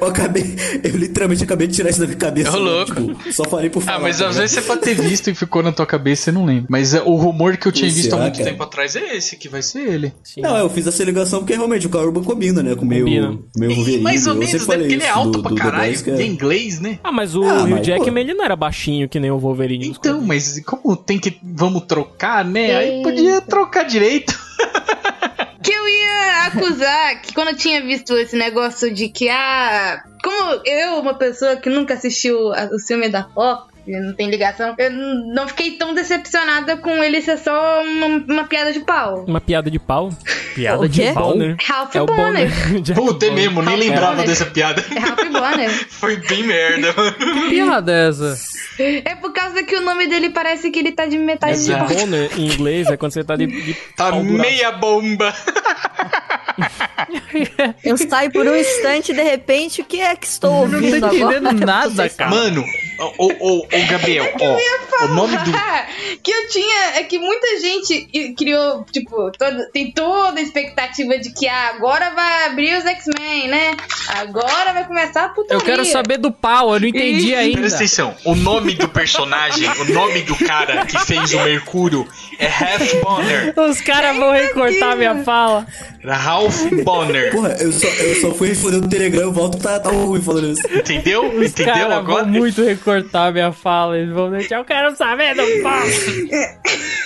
Eu acabei, eu literalmente acabei de tirar isso da minha cabeça. Ô, né? louco. Tipo, só falei por falar. Ah, mas tá às ligado? vezes você pode ter visto e ficou na tua cabeça, eu não lembro. Mas é, o rumor que eu tinha Será, visto há muito cara? tempo atrás é esse, que vai ser ele. Não, eu fiz essa ligação porque realmente o Carl Urban combina, né? Com o meio, Combina. meio Wolverine. Mais ou Eu menos, sempre né? falei Porque ele é isso alto do- pra do The caralho, Boys, que é- e é inglês, né? Ah, mas o Ah, Hugh mas, Jackman, pô. ele não era baixinho que nem o Wolverine. nos Então, mas como tem que. Vamos trocar, né? Aí podia trocar direito. Que eu ia acusar que quando eu tinha visto esse negócio de que, ah, como eu, uma pessoa que nunca assistiu a- o filme da Fox, e não tem ligação, eu n- não fiquei tão decepcionada com ele ser só uma, uma piada de pau. Uma piada de pau. Piada O de quê? pau, né? Ralph É o Bonner. Bonner. Jack Puta, é Bonner. mesmo, nem Ralph lembrava Bonner. dessa piada. É Ralph Bonner. Foi bem merda, mano. Que piada é essa? É por causa que o nome dele parece que ele tá de metade de Exato. baixo. Bonner em inglês é quando você tá de, de Tá pau durado. meia bomba. Eu saio por um instante e de repente o que é que estou Eu não ouvindo tô agora? entendendo nada, cara. Mano, ô, ô, ô, ô, Gabriel, ó. O nome do. que eu tinha é que muita gente i- criou, tipo, toda- tem toda a expectativa de que ah, agora vai abrir os X-Men, né? Agora vai começar a putaria. Eu quero saber do pau, eu não entendi ainda. Presta atenção, o nome do personagem, o nome do cara que fez o Mercúrio é Ralph Bonner. Os caras vão recortar minha fala. Ralph Bonner. Porra, eu só, eu só fui responder no Telegram, eu volto tá, tá ruim falando isso. É, Entendeu? Os Entendeu caras vão agora? muito recortar minha fala. Eles vão deixar, eu quero saber do pau.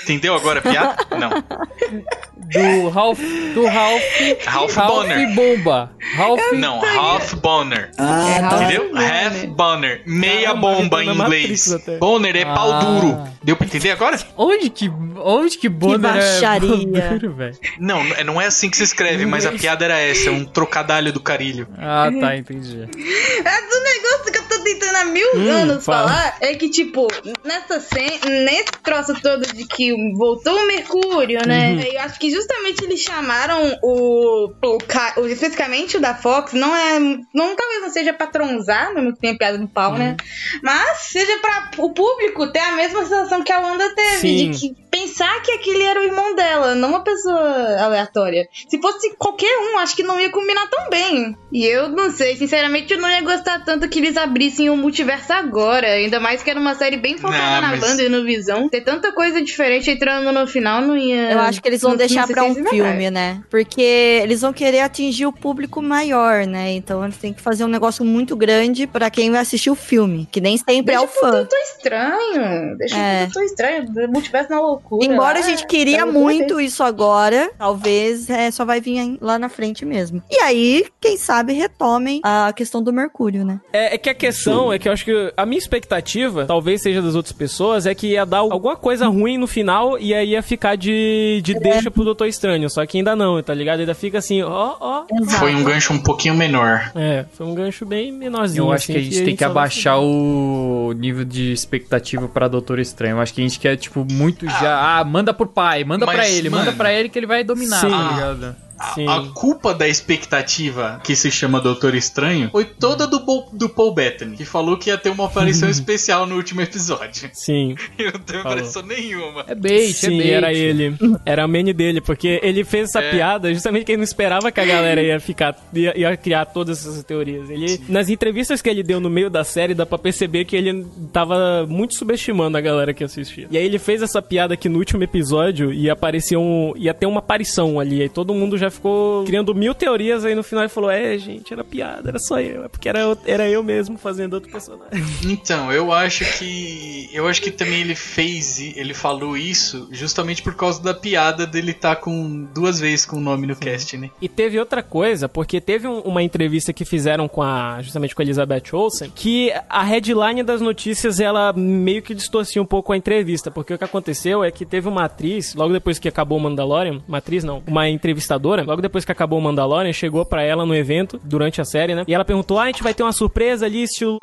Entendeu agora a piada? Não. Do Ralph. Do Ralph. Ralph Bonner. Bomba. Ralph. Não, Ralph Bonner. Ah, tá. Entendeu? Half Bonner. Meia Caramba, bomba em eu tô na inglês. Matrix até. Bonner é Ah. pau duro. Deu pra entender agora? Onde que. Onde que Bonner baixaria. é. Bonner, velho? Não, é- não é assim que se escreve, mas a piada era essa, um trocadalho do carilho. Ah, tá, entendi. É do negócio que eu tô tentando há mil anos fala. falar. É que, tipo, nessa cena, nesse troço todo de que voltou o Mercúrio, né? Eu acho que justamente eles chamaram o. o, ca- o especificamente o da Fox. Não é. Não, talvez não seja pra tronzar, mesmo que tenha piada no pau, né? Mas seja pra o público ter a mesma sensação que a Wanda teve. Sim. De que pensar que aquele era o irmão dela, não uma pessoa aleatória. Se fosse qualquer um, acho que não ia combinar tão bem. E eu não sei, sinceramente, eu não ia gostar tanto que eles abrissem o multiverso agora. Ainda mais que era uma série bem focada Não, na mas- Wanda e no Visão. Ter tanta coisa diferente entrando no final não ia. Eu acho que eles vão não- deixar não sei pra se um eles filme, entraram. né? Porque eles vão querer atingir o público maior, né? Então eles têm que fazer um negócio muito grande pra quem vai assistir o filme, que nem sempre é Deixa o fã. Tô estranho. Deixa É. eu tô estranho. Multiverso na loucura. Embora a lá. gente queria tá bom, muito isso agora, talvez é, só vai vir aí- lá na frente mesmo. E aí, quem sabe retomem a questão do Mercúrio, né? É, é que a questão é que eu acho que a minha expectativa, talvez seja das outras pessoas, é que ia dar alguma coisa ruim no final e aí ia ficar de, de deixa pro Doutor Estranho. Só que ainda não, tá ligado? Ainda fica assim, ó, ó. Foi um gancho um pouquinho menor. É, foi um gancho bem menorzinho. Eu acho assim, que é a gente tem que só vai abaixar o nível de expectativa pra Doutor Estranho. Eu acho que a gente quer, tipo, muito já. Ah, manda pro pai, manda Mas, pra ele, manda mano- pra ele que ele vai dominar, Sim. tá ligado? A, Sim. a culpa da expectativa que se chama Doutor Estranho foi toda do, Bo- do Paul Bettany, que falou que ia ter uma aparição especial no último episódio. Sim, E não teve Falou. aparição nenhuma. É bait, é sim, bait. era ele. Era a Manny dele, porque ele fez essa É. piada justamente que ele não esperava que a galera ia ficar, ia, ia criar todas essas teorias. Ele, nas entrevistas que ele deu no meio da série, dá pra perceber que ele tava muito subestimando a galera que assistia. E aí ele fez essa piada que no último episódio ia aparecer um, ia ter uma aparição ali, aí todo mundo já ficou criando mil teorias, aí no final ele falou, é gente, era piada, era só eu, é porque era, eu- era eu mesmo fazendo outro personagem. Então, eu acho que. Eu acho que também ele fez. i- Ele falou isso justamente por causa da piada dele estar com duas vezes com o nome no cast, né? E teve outra coisa, porque teve um- uma entrevista que fizeram com a justamente com a Elizabeth Olsen, que a headline das notícias ela meio que distorcia um pouco a entrevista, porque o que aconteceu é que teve uma atriz, logo depois que acabou o Mandalorian, uma atriz não, uma entrevistadora, logo depois que acabou o Mandalorian, chegou pra ela no evento durante a série, né? E ela perguntou: "Ah, a gente vai ter uma surpresa ali, estilo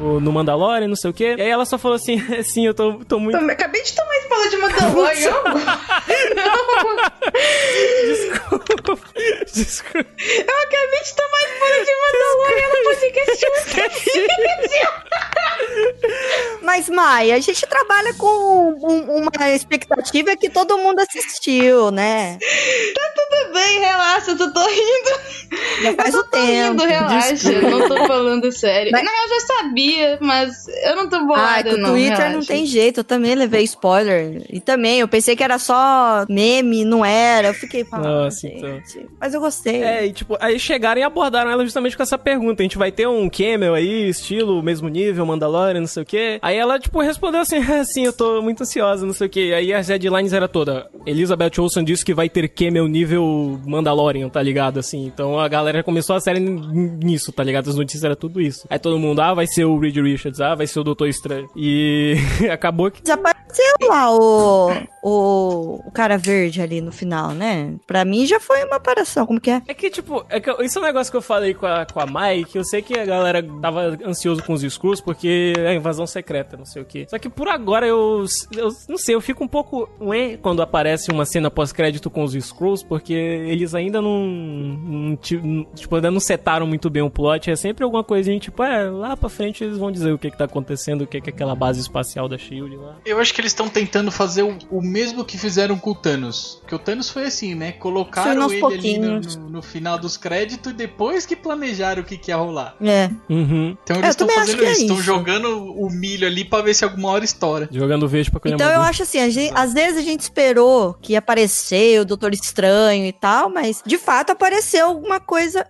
o- no Mandalorian, não sei o quê. E aí ela só falou assim: sim, eu tô, tô muito. Tome- Acabei de tomar spoiler de Mandalorian. Não, Desculpa. Desculpa. eu acabei de tomar spoiler de Mandalorian no podcast. Mas, Mai, a gente trabalha com um- uma expectativa que todo mundo assistiu, né? Tudo bem, relaxa, eu só tô rindo. Já faz eu o só tô rindo, tempo. relaxa. Eu não tô falando sério. Mas- Não, eu já sabia, mas eu não tô Ah, bolada, com o não. Twitter não relaxa. tem jeito, eu também levei spoiler. E também, eu pensei que era só meme, não era. Eu fiquei falando, Nossa, então. gente. Mas eu gostei. É, e tipo, aí chegaram e abordaram ela justamente com essa pergunta. A gente vai ter um camel aí, estilo, mesmo nível, Mandalorian, não sei o quê. Aí ela, tipo, respondeu assim, assim, eu tô muito ansiosa, não sei o quê. Aí as headlines era toda, Elizabeth Olsen disse que vai ter camel nível Mandalorian, tá ligado? Assim, então a galera começou a série n- n- nisso, tá ligado? As notícias era tudo isso. Aí todo mundo, ah, vai ser o Reed Richards, ah, vai ser o Doutor Estranho. E acabou que... Desapareceu lá o, o, o cara verde ali no final, né? Pra mim já foi uma aparição, como que é? É que, tipo, é que eu- isso é um negócio que eu falei com a, com a Mai, que eu sei que a galera tava ansioso com os discursos, porque é invasão secreta, não sei o quê. Só que por agora eu, eu não sei, eu fico um pouco ué quando aparece uma cena pós-crédito com os Skrulls, porque eles ainda não, não ti- não- tipo, ainda não setaram muito bem o plot, é sempre alguma coisinha, tipo, é, lá pra frente eles vão dizer o que que tá acontecendo, o que que é aquela base espacial da SHIELD lá. Eu acho que eles estão tentando fazer o, o mesmo que fizeram com o Thanos. Porque o Thanos foi assim, né? Foi Colocaram aos ele pouquinhos. ali no, no- no final dos créditos e depois que planejaram o que, que ia rolar. É. Uhum. Então eles estão também acho fazendo que é isso, estão isso. jogando o milho ali pra ver se alguma hora estoura. Jogando verde pra colher Então eu maduro. acho assim, a gente- às vezes a gente esperou que ia aparecer o Doutor Estranho e tal, mas de fato apareceu alguma coisa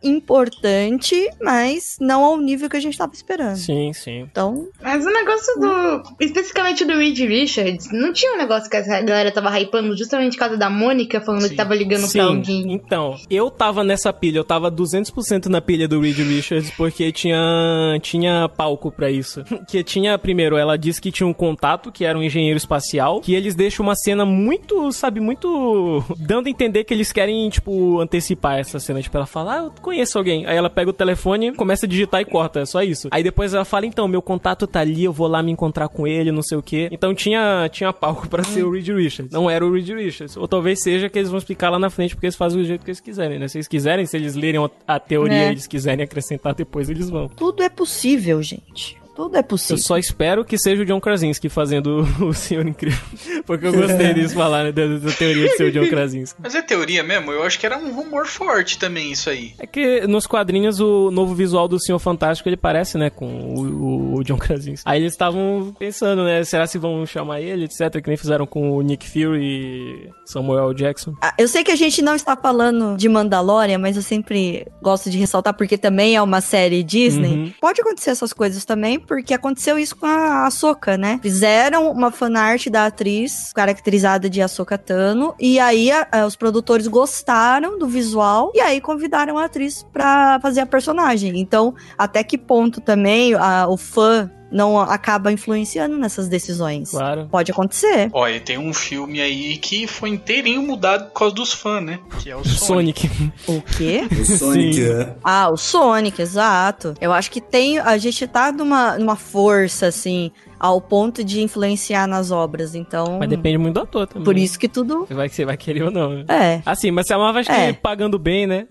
importante, mas não ao nível que a gente tava esperando. Sim, sim. Então, Mas o negócio do. Especificamente do Reed Richards, não tinha um negócio que a galera tava hypando justamente por causa da Mônica falando Sim. que tava ligando pra alguém. Então, eu tava nessa pilha, eu tava 200% na pilha do Reed Richards, porque tinha, tinha palco pra isso. Que tinha, primeiro, ela disse que tinha um contato, que era um engenheiro espacial, que eles deixam uma cena muito, sabe, muito. dando a entender que eles querem, tipo, antecipar essa cena. Tipo, ela fala, ah, eu conheço alguém. Aí ela pega o telefone, começa a digitar e corta, é só isso. Aí depois ela fala, então, meu contato tá ali, eu vou lá me encontrar com ele, não sei o quê. Então tinha, tinha palco pra ser o Reed Richards. Não era o Reed Richards. Ou talvez seja que eles vão explicar lá na frente, porque eles fazem do jeito que eles quiserem, né? Se eles quiserem, se eles lerem a teoria É. e eles quiserem acrescentar depois, eles vão. tudo é possível, gente. Tudo é Eu possível. só espero que seja o John Krasinski fazendo o Senhor Incrível. Porque eu gostei disso falar, né? Da, da teoria de ser o John Krasinski. Mas é teoria mesmo? Eu acho que era um rumor forte também isso aí. É que nos quadrinhos o novo visual do Senhor Fantástico ele parece, né, com o, o- o John Krasinski. Aí eles estavam pensando, né, será se vão chamar ele, etc, que nem fizeram com o Nick Fury e Samuel Jackson. Ah, Eu sei que a gente não está falando de Mandalorian, mas eu sempre gosto de ressaltar porque também é uma série Disney. Uhum. Pode acontecer essas coisas também, porque aconteceu isso com a Ahsoka, né? Fizeram uma fanart da atriz caracterizada de Ahsoka Tano e aí a- a- os produtores gostaram do visual e aí convidaram a atriz pra fazer a personagem. Então, até que ponto também a- o fã não acaba influenciando nessas decisões? Claro. Pode acontecer. Olha, tem um filme aí que foi inteirinho mudado por causa dos fãs, né? Que é o Sonic. Sonic. O quê? O Sonic Sim. é. Ah, o Sonic, exato. Eu acho que tem. A gente tá numa, numa força, assim, ao ponto de influenciar nas obras. Então. Mas depende muito do ator também. né? Por isso que tudo. Vai que você vai querer ou não. né? É. Assim, mas se amava, acho É. que pagando bem, né?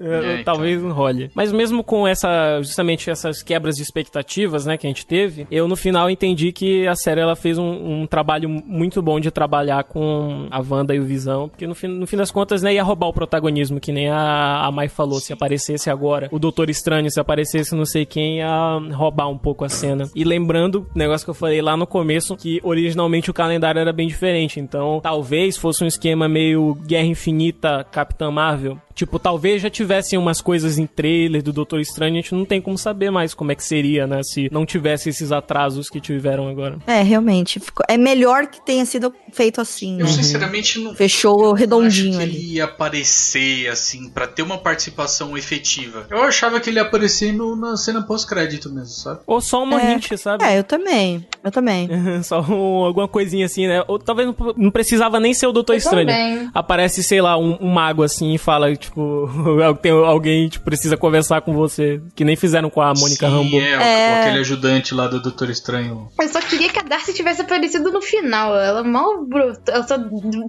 É, então. Talvez não role. Mas mesmo com essa, justamente essas quebras de expectativas, né, que a gente teve, eu no final entendi que a série ela fez um, um trabalho muito bom de trabalhar com a Wanda e o Visão, porque no fim, no fim das contas, né, ia roubar o protagonismo, que nem a, a Mai falou, se aparecesse agora o Doutor Estranho, se aparecesse não sei quem, ia roubar um pouco a cena. E lembrando, o negócio que eu falei lá no começo, que originalmente o calendário era bem diferente, então talvez fosse um esquema meio Guerra Infinita, Capitã Marvel, Tipo, talvez já tivessem umas coisas em trailer do Doutor Estranho, a gente não tem como saber mais como é que seria, né? Se não tivesse esses atrasos que tiveram agora. É, realmente. ficou- é melhor que tenha sido feito assim. Eu Uhum. né? sinceramente não Fechou redondinho acho que ali. ele ia aparecer, assim, pra ter uma participação efetiva. Eu achava que ele ia aparecer no- na cena pós-crédito mesmo, sabe? Ou só uma É. hint, sabe? É, eu também. Eu também. É. só um- alguma coisinha assim, né? Ou talvez não, não precisava nem ser o Doutor Eu Estranho. também. Aparece, sei lá, um, um mago assim e fala, Tipo, tem alguém tipo, precisa conversar com você, que nem fizeram com a Mônica Sim, Rambo. É, o- É. aquele ajudante lá do Doutor Estranho. Eu só queria que a Darcy tivesse aparecido no final. Ela mal brotou. Ela só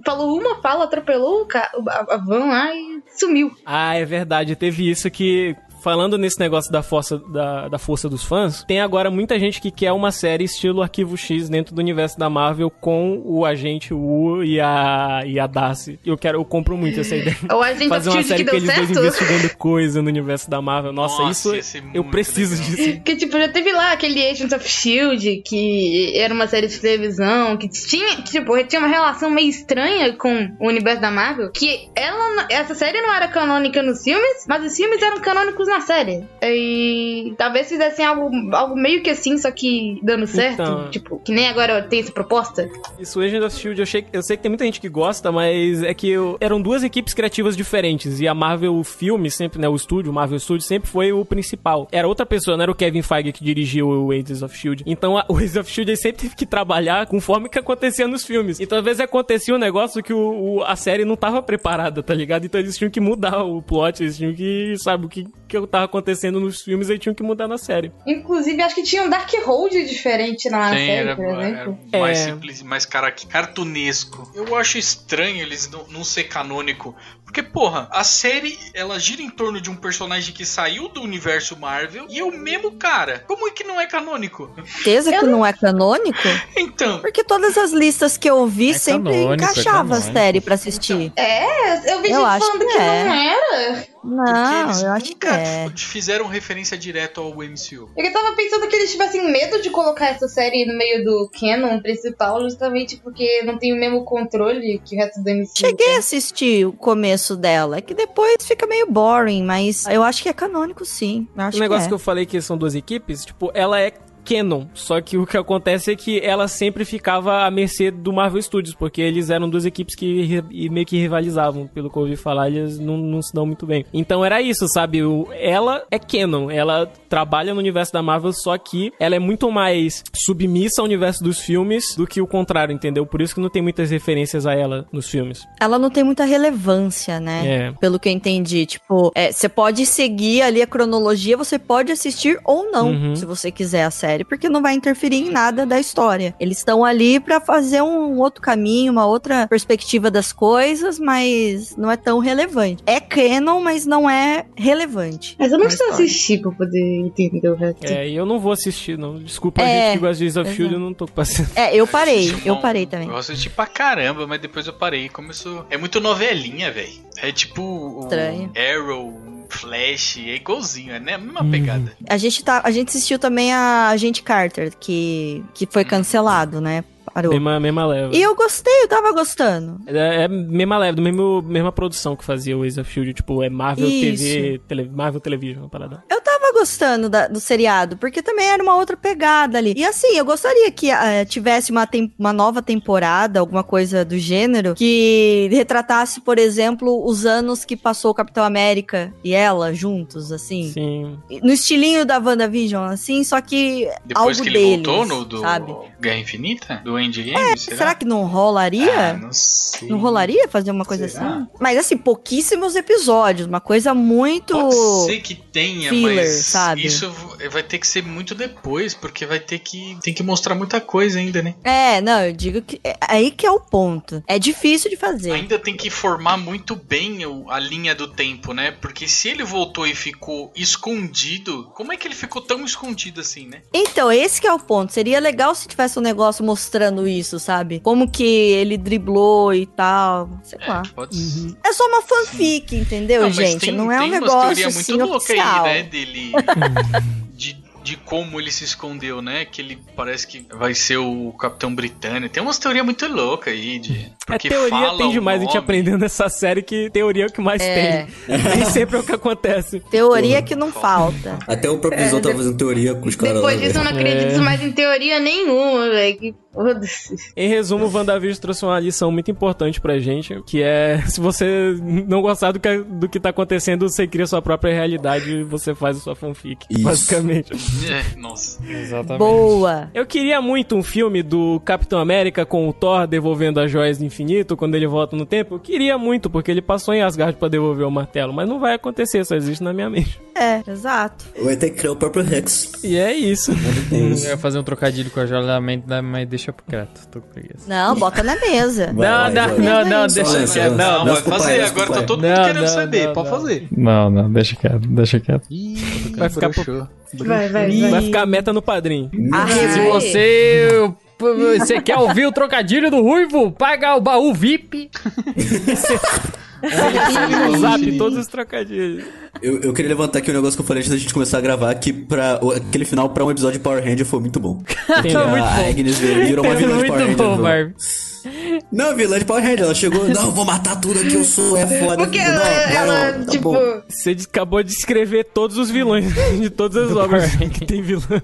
falou uma fala, atropelou o ca... o- a a van lá e sumiu. Ah, é verdade, teve isso que. Falando nesse negócio da força, da, da força dos fãs, tem agora muita gente que quer uma série estilo Arquivo X dentro do universo da Marvel com o agente Wu e a, e a Darcy. Eu quero, eu compro muito essa ideia. Ou a gente Fazer uma assistiu de série que com deu eles dois certo. investigando coisa no universo da Marvel. Nossa, Nossa, ia isso ser eu muito preciso legal. disso. Que, tipo, já teve lá aquele Agents of S.H.I.E.L.D., que era uma série de televisão, que tinha, que, tipo, tinha uma relação meio estranha com o universo da Marvel, que ela, não- essa série não era canônica nos filmes, mas os filmes eram canônicos na série. E talvez fizessem algo, algo meio que assim, só que dando certo, Então. tipo, que nem agora tem essa proposta. Isso, Agent of Shield, eu, achei- eu sei que tem muita gente que gosta, mas é que eu- eram duas equipes criativas diferentes. E a Marvel o filme, sempre, né? O estúdio, o Marvel Studios, sempre foi o principal. Era outra pessoa, não era o Kevin Feige que dirigiu o Agents of Shield. Então a- o Agents of Shield ele sempre teve que trabalhar conforme que acontecia nos filmes. Então às vezes acontecia um negócio que o- o- a série não tava preparada, tá ligado? Então eles tinham que mudar o plot, eles tinham que, sabe, o que, que tava acontecendo nos filmes, eles tinham que mudar na série. Inclusive, acho que tinha um Dark Hold diferente na Sim, série, era, Ah, por exemplo. era mais É. simples, mais cara- cartunesco. Eu acho estranho eles não, não ser canônico. Porque, porra, a série ela gira em torno de um personagem que saiu do universo Marvel e é o mesmo cara. Como é que não é canônico? Certeza que não é canônico? Então, Porque todas as listas que eu vi É sempre canônico, é encaixava a canônico. série pra assistir. É, eu vi Eu gente acho falando que, que é. não era. Então, porque Não, eles Ah, eu acho que nunca é. f- fizeram referência direto ao MCU. Eu tava pensando que eles tivessem medo de colocar essa série no meio do canon principal, justamente porque não tem o mesmo controle que o resto do MCU. Uhum. Cheguei a assistir o começo dela, é que depois fica meio boring, mas eu acho que é canônico sim. Eu acho o Um negócio que, que é. eu falei que são duas equipes, tipo, ela é canon. Só que o que acontece é que ela sempre ficava à mercê do Marvel Studios, porque eles eram duas equipes que ri- e meio que rivalizavam. Pelo que eu ouvi falar, eles não, não se dão muito bem. Então era isso, sabe? O- ela é canon, ela trabalha no universo da Marvel, só que ela é muito mais submissa ao universo dos filmes do que o contrário, entendeu? Por isso que não tem muitas referências a ela nos filmes. Ela não tem muita relevância, né? É. Pelo que eu entendi, tipo, é, você pode seguir ali a cronologia, você pode assistir ou não, Uhum. se você quiser a série, porque não vai interferir em nada da história. Eles estão ali pra fazer um outro caminho, uma outra perspectiva das coisas, mas não é tão relevante. É canon, mas não é relevante. Mas eu não na preciso história. assistir pra poder entender o resto. É, e eu não vou assistir, não. Desculpa a É, gente que gosta de Agents of exato. Shield, eu não tô passando. É, eu parei, assisti eu um- parei também. Eu assisti pra caramba, mas depois eu parei. Começou. É muito novelinha, velho. É tipo. o Estranho. Arrow, Flash, é igualzinho, é né? a mesma Hum. pegada. A gente, tá, a gente assistiu também a Agente Carter, que, que foi cancelado, né? Parou. Mesma, mesma leva. E eu gostei, eu tava gostando. É, é mesma leve, do mesmo, mesma produção que fazia o Ace of Shield, tipo, é Marvel Isso. TV, tele- Marvel Television, uma parada. Eu tava gostando da- do seriado, porque também era uma outra pegada ali. E assim, eu gostaria que eh, tivesse uma, tem- uma nova temporada, alguma coisa do gênero, que retratasse, por exemplo, os anos que passou o Capitão América e ela juntos, assim. Sim. No estilinho da WandaVision, assim, só que. Depois Algo que ele deles, voltou no do sabe? É, Guerra Infinita? Do Endgame? Será, que não rolaria? Ah, não sei. não rolaria fazer uma coisa Será? assim? Mas assim, pouquíssimos episódios, uma coisa muito. Pode ser que tenha, filler, mas sabe? isso vai ter que ser muito depois, porque vai ter que tem que mostrar muita coisa ainda, né? É, não, eu digo que. é- aí que é o ponto. É difícil de fazer. Ainda tem que formar muito bem o- a linha do tempo, né? Porque se ele voltou e ficou escondido, como é que ele ficou tão escondido assim, né? Então, esse que é o ponto. Seria legal se tivesse um negócio mostrando isso, sabe? Como que ele driblou e tal. Sei lá. Pode É só uma fanfic, entendeu, mas gente? tem- não é um tem umas negócio teoria assim oficial. aí, né, dele de, de como ele se escondeu, né? Que ele parece que vai ser o Capitão Britânico. Tem umas teorias muito loucas aí de porque é teoria, fala tem o demais. A gente nome. aprendendo nessa série que teoria é o que mais É. tem. Nem sempre é o que acontece. Teoria que não falta. Até o próprio Zou tava fazendo teoria com os caras lá. Depois disso, eu velho. não acredito É. mais em teoria nenhuma, velho. Que foda-se. Em resumo, o WandaVision trouxe uma lição muito importante pra gente, que é se você não gostar do que, do que tá acontecendo, você cria sua própria realidade e você faz a sua fanfic. Isso. Basicamente. É, nossa. Exatamente. Boa. Eu queria muito um filme do Capitão América com o Thor devolvendo as joias do infinito, quando ele volta no tempo, eu queria muito, porque ele passou em Asgard pra devolver o martelo, mas não vai acontecer, só existe na minha mente. É, exato. Vai ter que criar o próprio Rex. E é isso. É Eu isso. ia fazer um trocadilho com a Joia da Mente, mas deixa pro quieto. Tô com preguiça. Não, bota na mesa. Vai, vai, não, vai. não, não, Só deixa lança, quieto. lança. Não, Não, Nossa, vai fazer, papai, agora nossa, tá todo papai. mundo Não, querendo não, saber, não, pode não. fazer. não, não, deixa quieto, deixa quieto. vai ficar Vai, vai, vai. Vai ficar a meta no padrinho. Ah, Se ai. você. Você quer ouvir o trocadilho do Ruivo? Paga o baú VIP. No zap, Infinito. todos os trocadilhos. Eu, eu queria levantar aqui um negócio que eu falei antes da gente começar a gravar, que pra, o- aquele final pra um episódio de Power Ranger foi muito bom. Ah, Porque tá a Muito bom. Agnes virou uma vilã de Power Ah, Muito Ranger. bom, viu? Marvin. Não, vilã de Power Ranger, ela chegou, não, vou matar tudo aqui, eu sou, é foda. Porque Não, ela, não, ela, tá tipo. bom. Você des- acabou de escrever todos os vilões de todas as obras que tem vilã.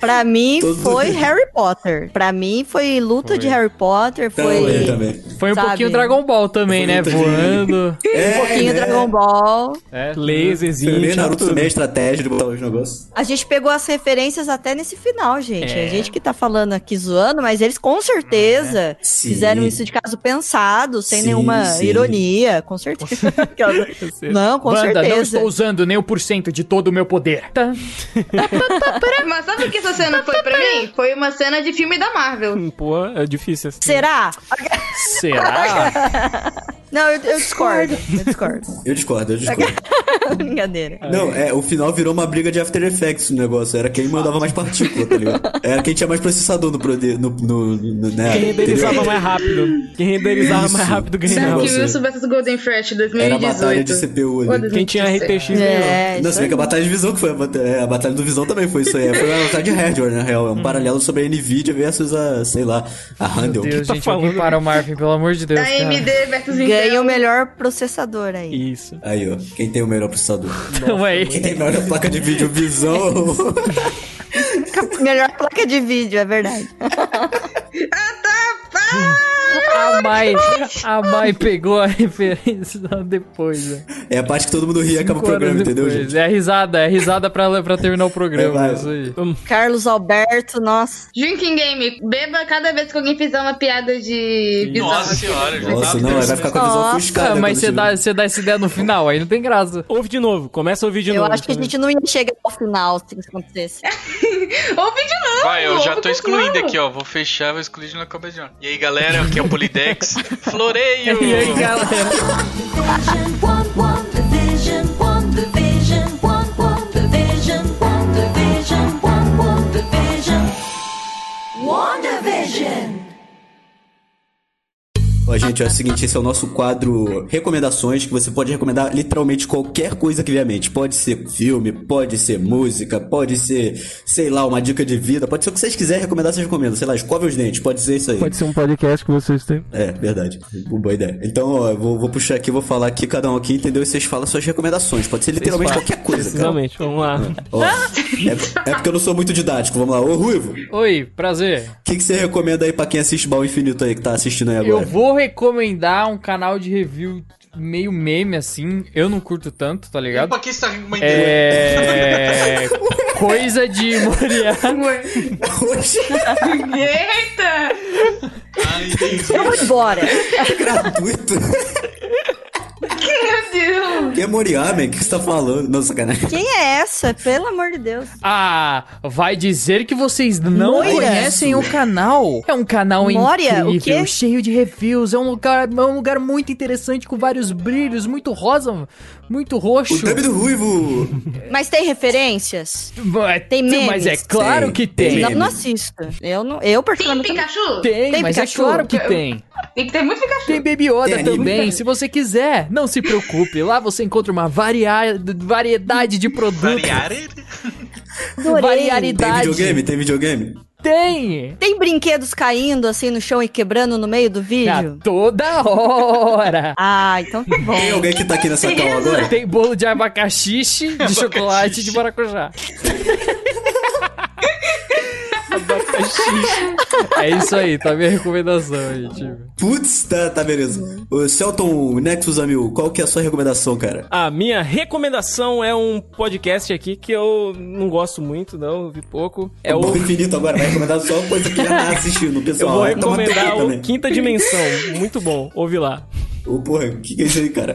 Pra mim Todo foi Harry Potter. Pra mim foi luta de Harry Potter, Também, foi Então, também. Foi um Sabe? pouquinho Dragon Ball também, né? Foi muito Voando. É, um pouquinho né? Dragon Ball. É, Você vê Laserzinho, tinha Naruto tudo. também, a estratégia de botar os negócios. A gente pegou as referências até nesse final, gente. A gente que tá falando aqui zoando, mas eles com certeza É, né? Sim. fizeram isso de caso pensado, sem Sim, nenhuma sim. ironia, com certeza. Aquelas- não, com Wanda, não certeza. estou usando nem o porcento de todo o meu poder. Tá. Mas sabe o que essa cena foi pra mim? Foi uma cena de filme da Marvel. Hum, Pô, é difícil assim. Será? Será? Não, eu, eu discordo. Eu discordo. Eu discordo, eu discordo. Brincadeira. Não, é, o final virou uma briga de After Effects o negócio. Era quem mandava mais partícula, tá ligado? Era quem tinha mais processador no. prode- no, no, no né? Quem renderizava entendeu? mais rápido. Quem renderizava Isso. mais rápido ganhava. Será que você. Wilson vs Golden Fresh Era a 2018? batalha de CPU Ou ali. 2017? Quem tinha RTX ganhou. É, Não, isso se bem aí. que a batalha de visão que foi a batalha, é, a batalha do visão também foi isso aí. é, Foi uma batalha de hardware, na real. É Hum. um paralelo sobre a Nvidia versus a, sei lá, a Handel. Meu Deus, tá gente, falando? alguém para o Marvin, pelo amor de Tá Deus. Da cara. AMD versus um ganha o Intel. melhor processador aí. Isso. Aí, ó. Quem tem o melhor processador? Então aí. Quem tem a melhor placa de vídeo visão? Melhor placa de vídeo, é verdade. Ah! A Mai, a Mai pegou a referência depois, né? é a parte que todo mundo ri e acaba o Quatro programa, horas entendeu, depois. gente? É a risada, é a risada pra, pra terminar o programa. É, vai. isso aí. Carlos Alberto, nossa. Drinking Game, beba cada vez que alguém fizer uma piada de bizarro. Nossa senhora, já Nossa, tava não, aí vai pensando. ficar com a visão Nossa, ofuscada. Ah, mas quando você dá, você dá essa ideia no final, aí não tem graça. Ouve de novo, começa a ouvir de eu novo. acho que a gente não ia chegar ao final se isso acontecesse. Ouve de novo! Vai, eu já ouve tô de excluindo novo. aqui, ó. Vou fechar, vou excluir de na Copa de Honra. E aí, galera, aqui é o Polidex. Floreio! E aí, galera? Division one, one division, one division, one, one division, one division, one, one division, one division. Ó, gente, é o seguinte, esse é o nosso quadro Recomendações, que você pode recomendar literalmente qualquer coisa que vier à mente. Pode ser filme, pode ser música, pode ser, sei lá, uma dica de vida, pode ser o que vocês quiserem recomendar, vocês recomendam. Sei lá, escove os dentes, pode ser isso aí. ser um podcast que vocês têm. É, verdade. Uma boa ideia. Então, ó, eu vou, vou puxar aqui, vou falar aqui, cada um aqui, entendeu? E vocês falam suas recomendações. Pode ser literalmente falam. qualquer coisa, cara. Precisamente, vamos lá. Ó, é, é porque eu não sou muito didático. Vamos lá. Ô, Ruivo, o Oi, prazer. que, que você recomenda aí pra quem assiste Baú Infinito aí, que tá assistindo aí Eu agora? vou recomendar um canal de review meio meme assim. Eu não curto tanto, tá ligado? Opa, quem está recomendando? É. Coisa de Moriá. Hoje Eita! Ah, entendi. Eu vou embora. é gratuito. Meu Deus! Que é Moriá, O que você tá falando? Não, sacanagem. Quem é essa? Pelo amor de Deus. Ah, vai dizer que vocês não Moira. conhecem o canal. É um canal Moria, o incrível, quê? cheio de reviews. É um lugar, é um lugar muito interessante com vários brilhos, muito rosa, muito O roxo. Thumb do Ruivo. Mas tem referências? Mas- Tem memes? Mas é claro Tem, que tem tem. Eu meme. não assisto. Eu, não, eu Tem particularmente... Pikachu? Tem, Tem, Tem mas Pikachu? é claro que tem. que ter muito Pikachu. Tem Baby Yoda Tem anime. também, se você quiser. Não se preocupe, lá você encontra uma varia... variedade de produtos. Variare? Adorei. Tem Variaridade. videogame? Tem videogame? Tem! Tem brinquedos caindo assim no chão e quebrando no meio do Tá vídeo? toda hora! Ah, então tá bom. Tem alguém que tá aqui nessa call agora? Tem bolo de abacaxi, de chocolate e de maracujá. É isso aí, tá minha recomendação aí, time. Putz, tá, tá beleza. Ô, Celton Nexus Amil, qual que é a sua recomendação, cara? A minha recomendação é um podcast aqui que eu não gosto muito, não, eu vi pouco. É o. Bom infinito agora, vai recomendar só coisa que já tá assistindo, Eu pessoal. vou Vai tomar recomendar teu cu o também. Quinta Dimensão. Muito bom, ouve lá. Ô, porra, o que, que é isso aí, cara?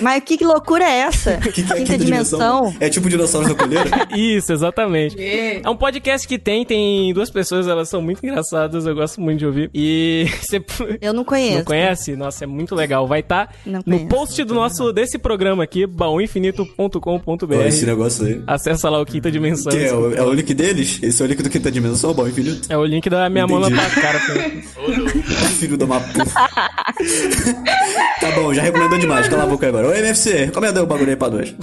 Mas que loucura é essa? Que que é a quinta dimensão? É tipo dinossauro na colheira? Isso, exatamente. É um podcast que tem, tem duas pessoas, elas são muito engraçadas, eu gosto muito de ouvir. E você Eu não conheço. não conhece? Nossa, é muito legal. Vai estar Não no conheço. post do nosso desse programa aqui, baoinfinito.com.br. Ó, esse negócio aí. Acessa lá o Quinta Dimensão. Que é, o, é o link deles? Esse é o link do Quinta Dimensão, bom infinito? É o link da minha mão na Entendi. tua cara. Felipe. Filho da uma puta. tá bom, já recomendou demais, cala a boca aí agora. Ô, MFC, recomenda é o bagulho aí pra nós.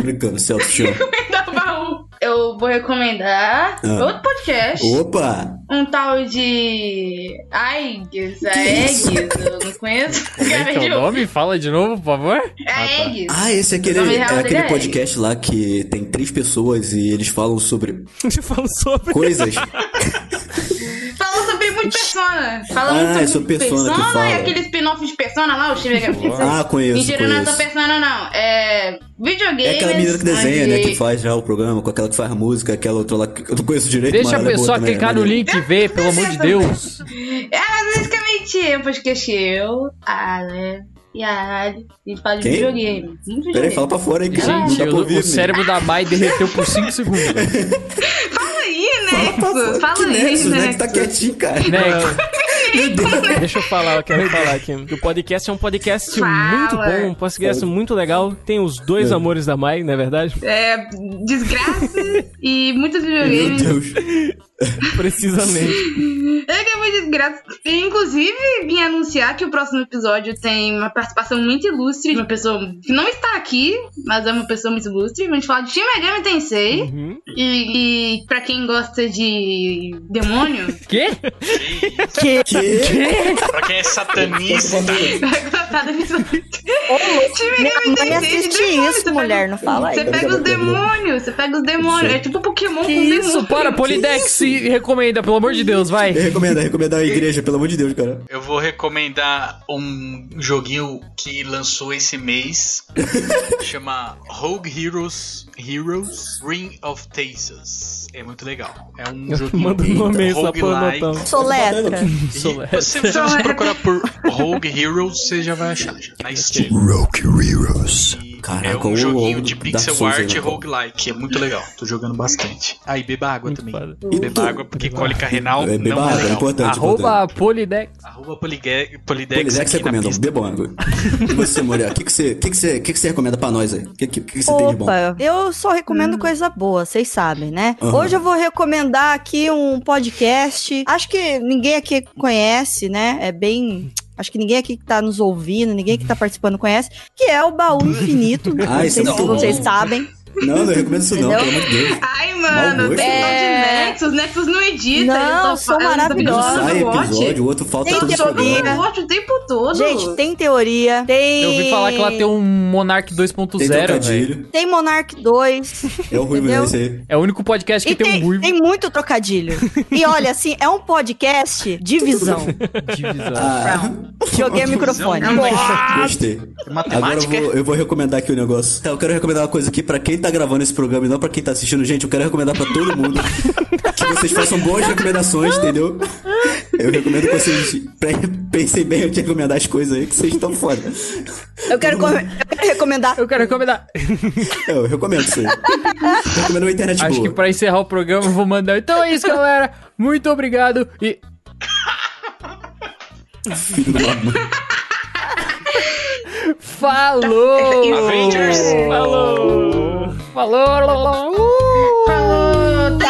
Brincando, é Celton, show. um. Eu vou recomendar Ah. outro podcast. Opa! Um tal de. Ai, Eggs, a Que Eggs, isso? eu não conheço. É Como é que é o nome? Fala de novo, por favor. A Eggs. Ah, esse é aquele, O nome é real dele aquele é- podcast lá que tem três pessoas e eles falam sobre Te falo sobre. coisas. é Falou sobre muito Persona. Ah, Falamos sobre é sobre Persona que e fala. aquele spin-off de Persona lá, o Steven ah, conheço, Mentira, não é só conheço. Persona, não. É. Videogame. assim, É aquela menina que desenha, né? Que faz já o programa, com aquela que faz a música, aquela outra lá que eu não conheço direito. Deixa a mas ela é boa pessoa também, Tá clicar no maneira. link e ver, pelo amor de Deus. É, mas basicamente tipo, eu podcast eu, a Ale né, e a Ali. E fala de Quem? videogame. Muito Peraí, videogame. fala pra fora aí, que não Gente, dá pra o, ouvir. né? o menino. cérebro da Mai derreteu por 5 segundos. Fala aí, Fala pra Nexus. fora. Fala que aí, Nexus, né? Que tá Nexus. quietinho, cara. Next. Meu Deus. Deixa eu falar, eu quero falar aqui. O podcast é um podcast Fala. muito bom, um podcast muito legal. Tem os dois amores da Mai, não é verdade? É, desgraça e muitos Meu videogames. Deus. Precisamente. É que é muito desgraça. E, inclusive, vim anunciar que o próximo episódio tem uma participação muito ilustre de uma pessoa que não está aqui, mas é uma pessoa muito ilustre. Vamos falar de Shin Megami Tensei. Uhum. E, e pra quem gosta de demônio, Quê? Que? Pra quem é satanista, vai gostar do episódio. Shin Minha Megami mãe Tensei de assistir demônio, você isso, mulher, não fala Você aí. pega os demônios, você pega os demônios. É tipo Pokémon com demônios. Isso, para, Polidex, e recomenda, pelo amor de Deus, vai. Eu recomendo, eu recomendo a igreja, pelo amor de Deus, cara. Eu vou recomendar um joguinho que lançou esse mês. chama Rogue Heroes Heroes Ring of Tasers. É muito legal. É um joguinho Manda o nome aí só pra eu roguelike. anotar. Soletra. E Se você Soleta. procurar por Rogue Heroes, você já vai achar. Já. Na Steam. Rock Heroes. E Caraca, é o- um joguinho de o pixel Dark Souls art aí, né, cara? roguelike. É muito legal. Tô jogando bastante. Aí beba água também. foda. Beba água porque cólica renal Então, É, beba não é água, é legal. importante. Arroba importante. Polidex. Arroba Poligue- Polidex. Pois é que você aqui na recomenda, pista. beba água. E você, Moriá, o que, que, você, o que, que, você, o que, que você recomenda pra nós aí? O que, que, o que que você tem de bom? Opa, eu só recomendo Hum. coisa boa, vocês sabem, né? Aham. Hoje eu vou recomendar aqui um podcast. Acho que ninguém aqui conhece, né? É bem. Acho que ninguém aqui que tá nos ouvindo, ninguém que tá participando conhece, que é o Baú Infinito. Ah, não esse sei é se bom. vocês sabem. Não, não recomendo isso não, Entendeu? pelo amor de Deus. Ai, mano, Mau tem gosto. tal É. de Nexus. Nexus não edita. Não, eles só são falam, eles só ficam Não maravilhosos. falando Um sai do Watch. episódio, o outro falta Tem todo que Só teoria. falam programa. do Watch o tempo todo. Gente, tem teoria, tem. Eu ouvi falar que lá tem um Monark Tem um 2.0, velho. trocadilho. Tem Monark 2. É o ruim Entendeu? esse aí. É o único podcast que E tem, tem, um ruivo. tem muito trocadilho. E olha, assim, é um podcast de visão. Divisão. Ah, Joguei o microfone. gostei. Agora eu Matemática? vou, eu vou recomendar aqui o negócio. Tá, eu quero recomendar uma coisa aqui pra quem tá gravando esse programa e não pra quem tá assistindo. Gente, eu quero recomendar pra todo mundo que vocês façam boas recomendações, entendeu? Eu recomendo que vocês pre- pensem bem antes de recomendar as coisas aí, que vocês estão fora. Eu quero, com- eu quero recomendar. Eu quero recomendar. Eu, eu recomendo isso aí. Eu recomendo uma internet Acho boa. que pra encerrar o programa eu vou mandar. Então é isso, galera. Muito obrigado e Filho do mamãe. falou! Avengers! Falou! Falou! Uh! Falou, tem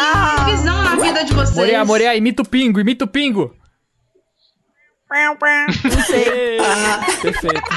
visão na vida de vocês. Moreia, Moreia, imita o pingo, imita o pingo! Não sei. Ah, Perfeito.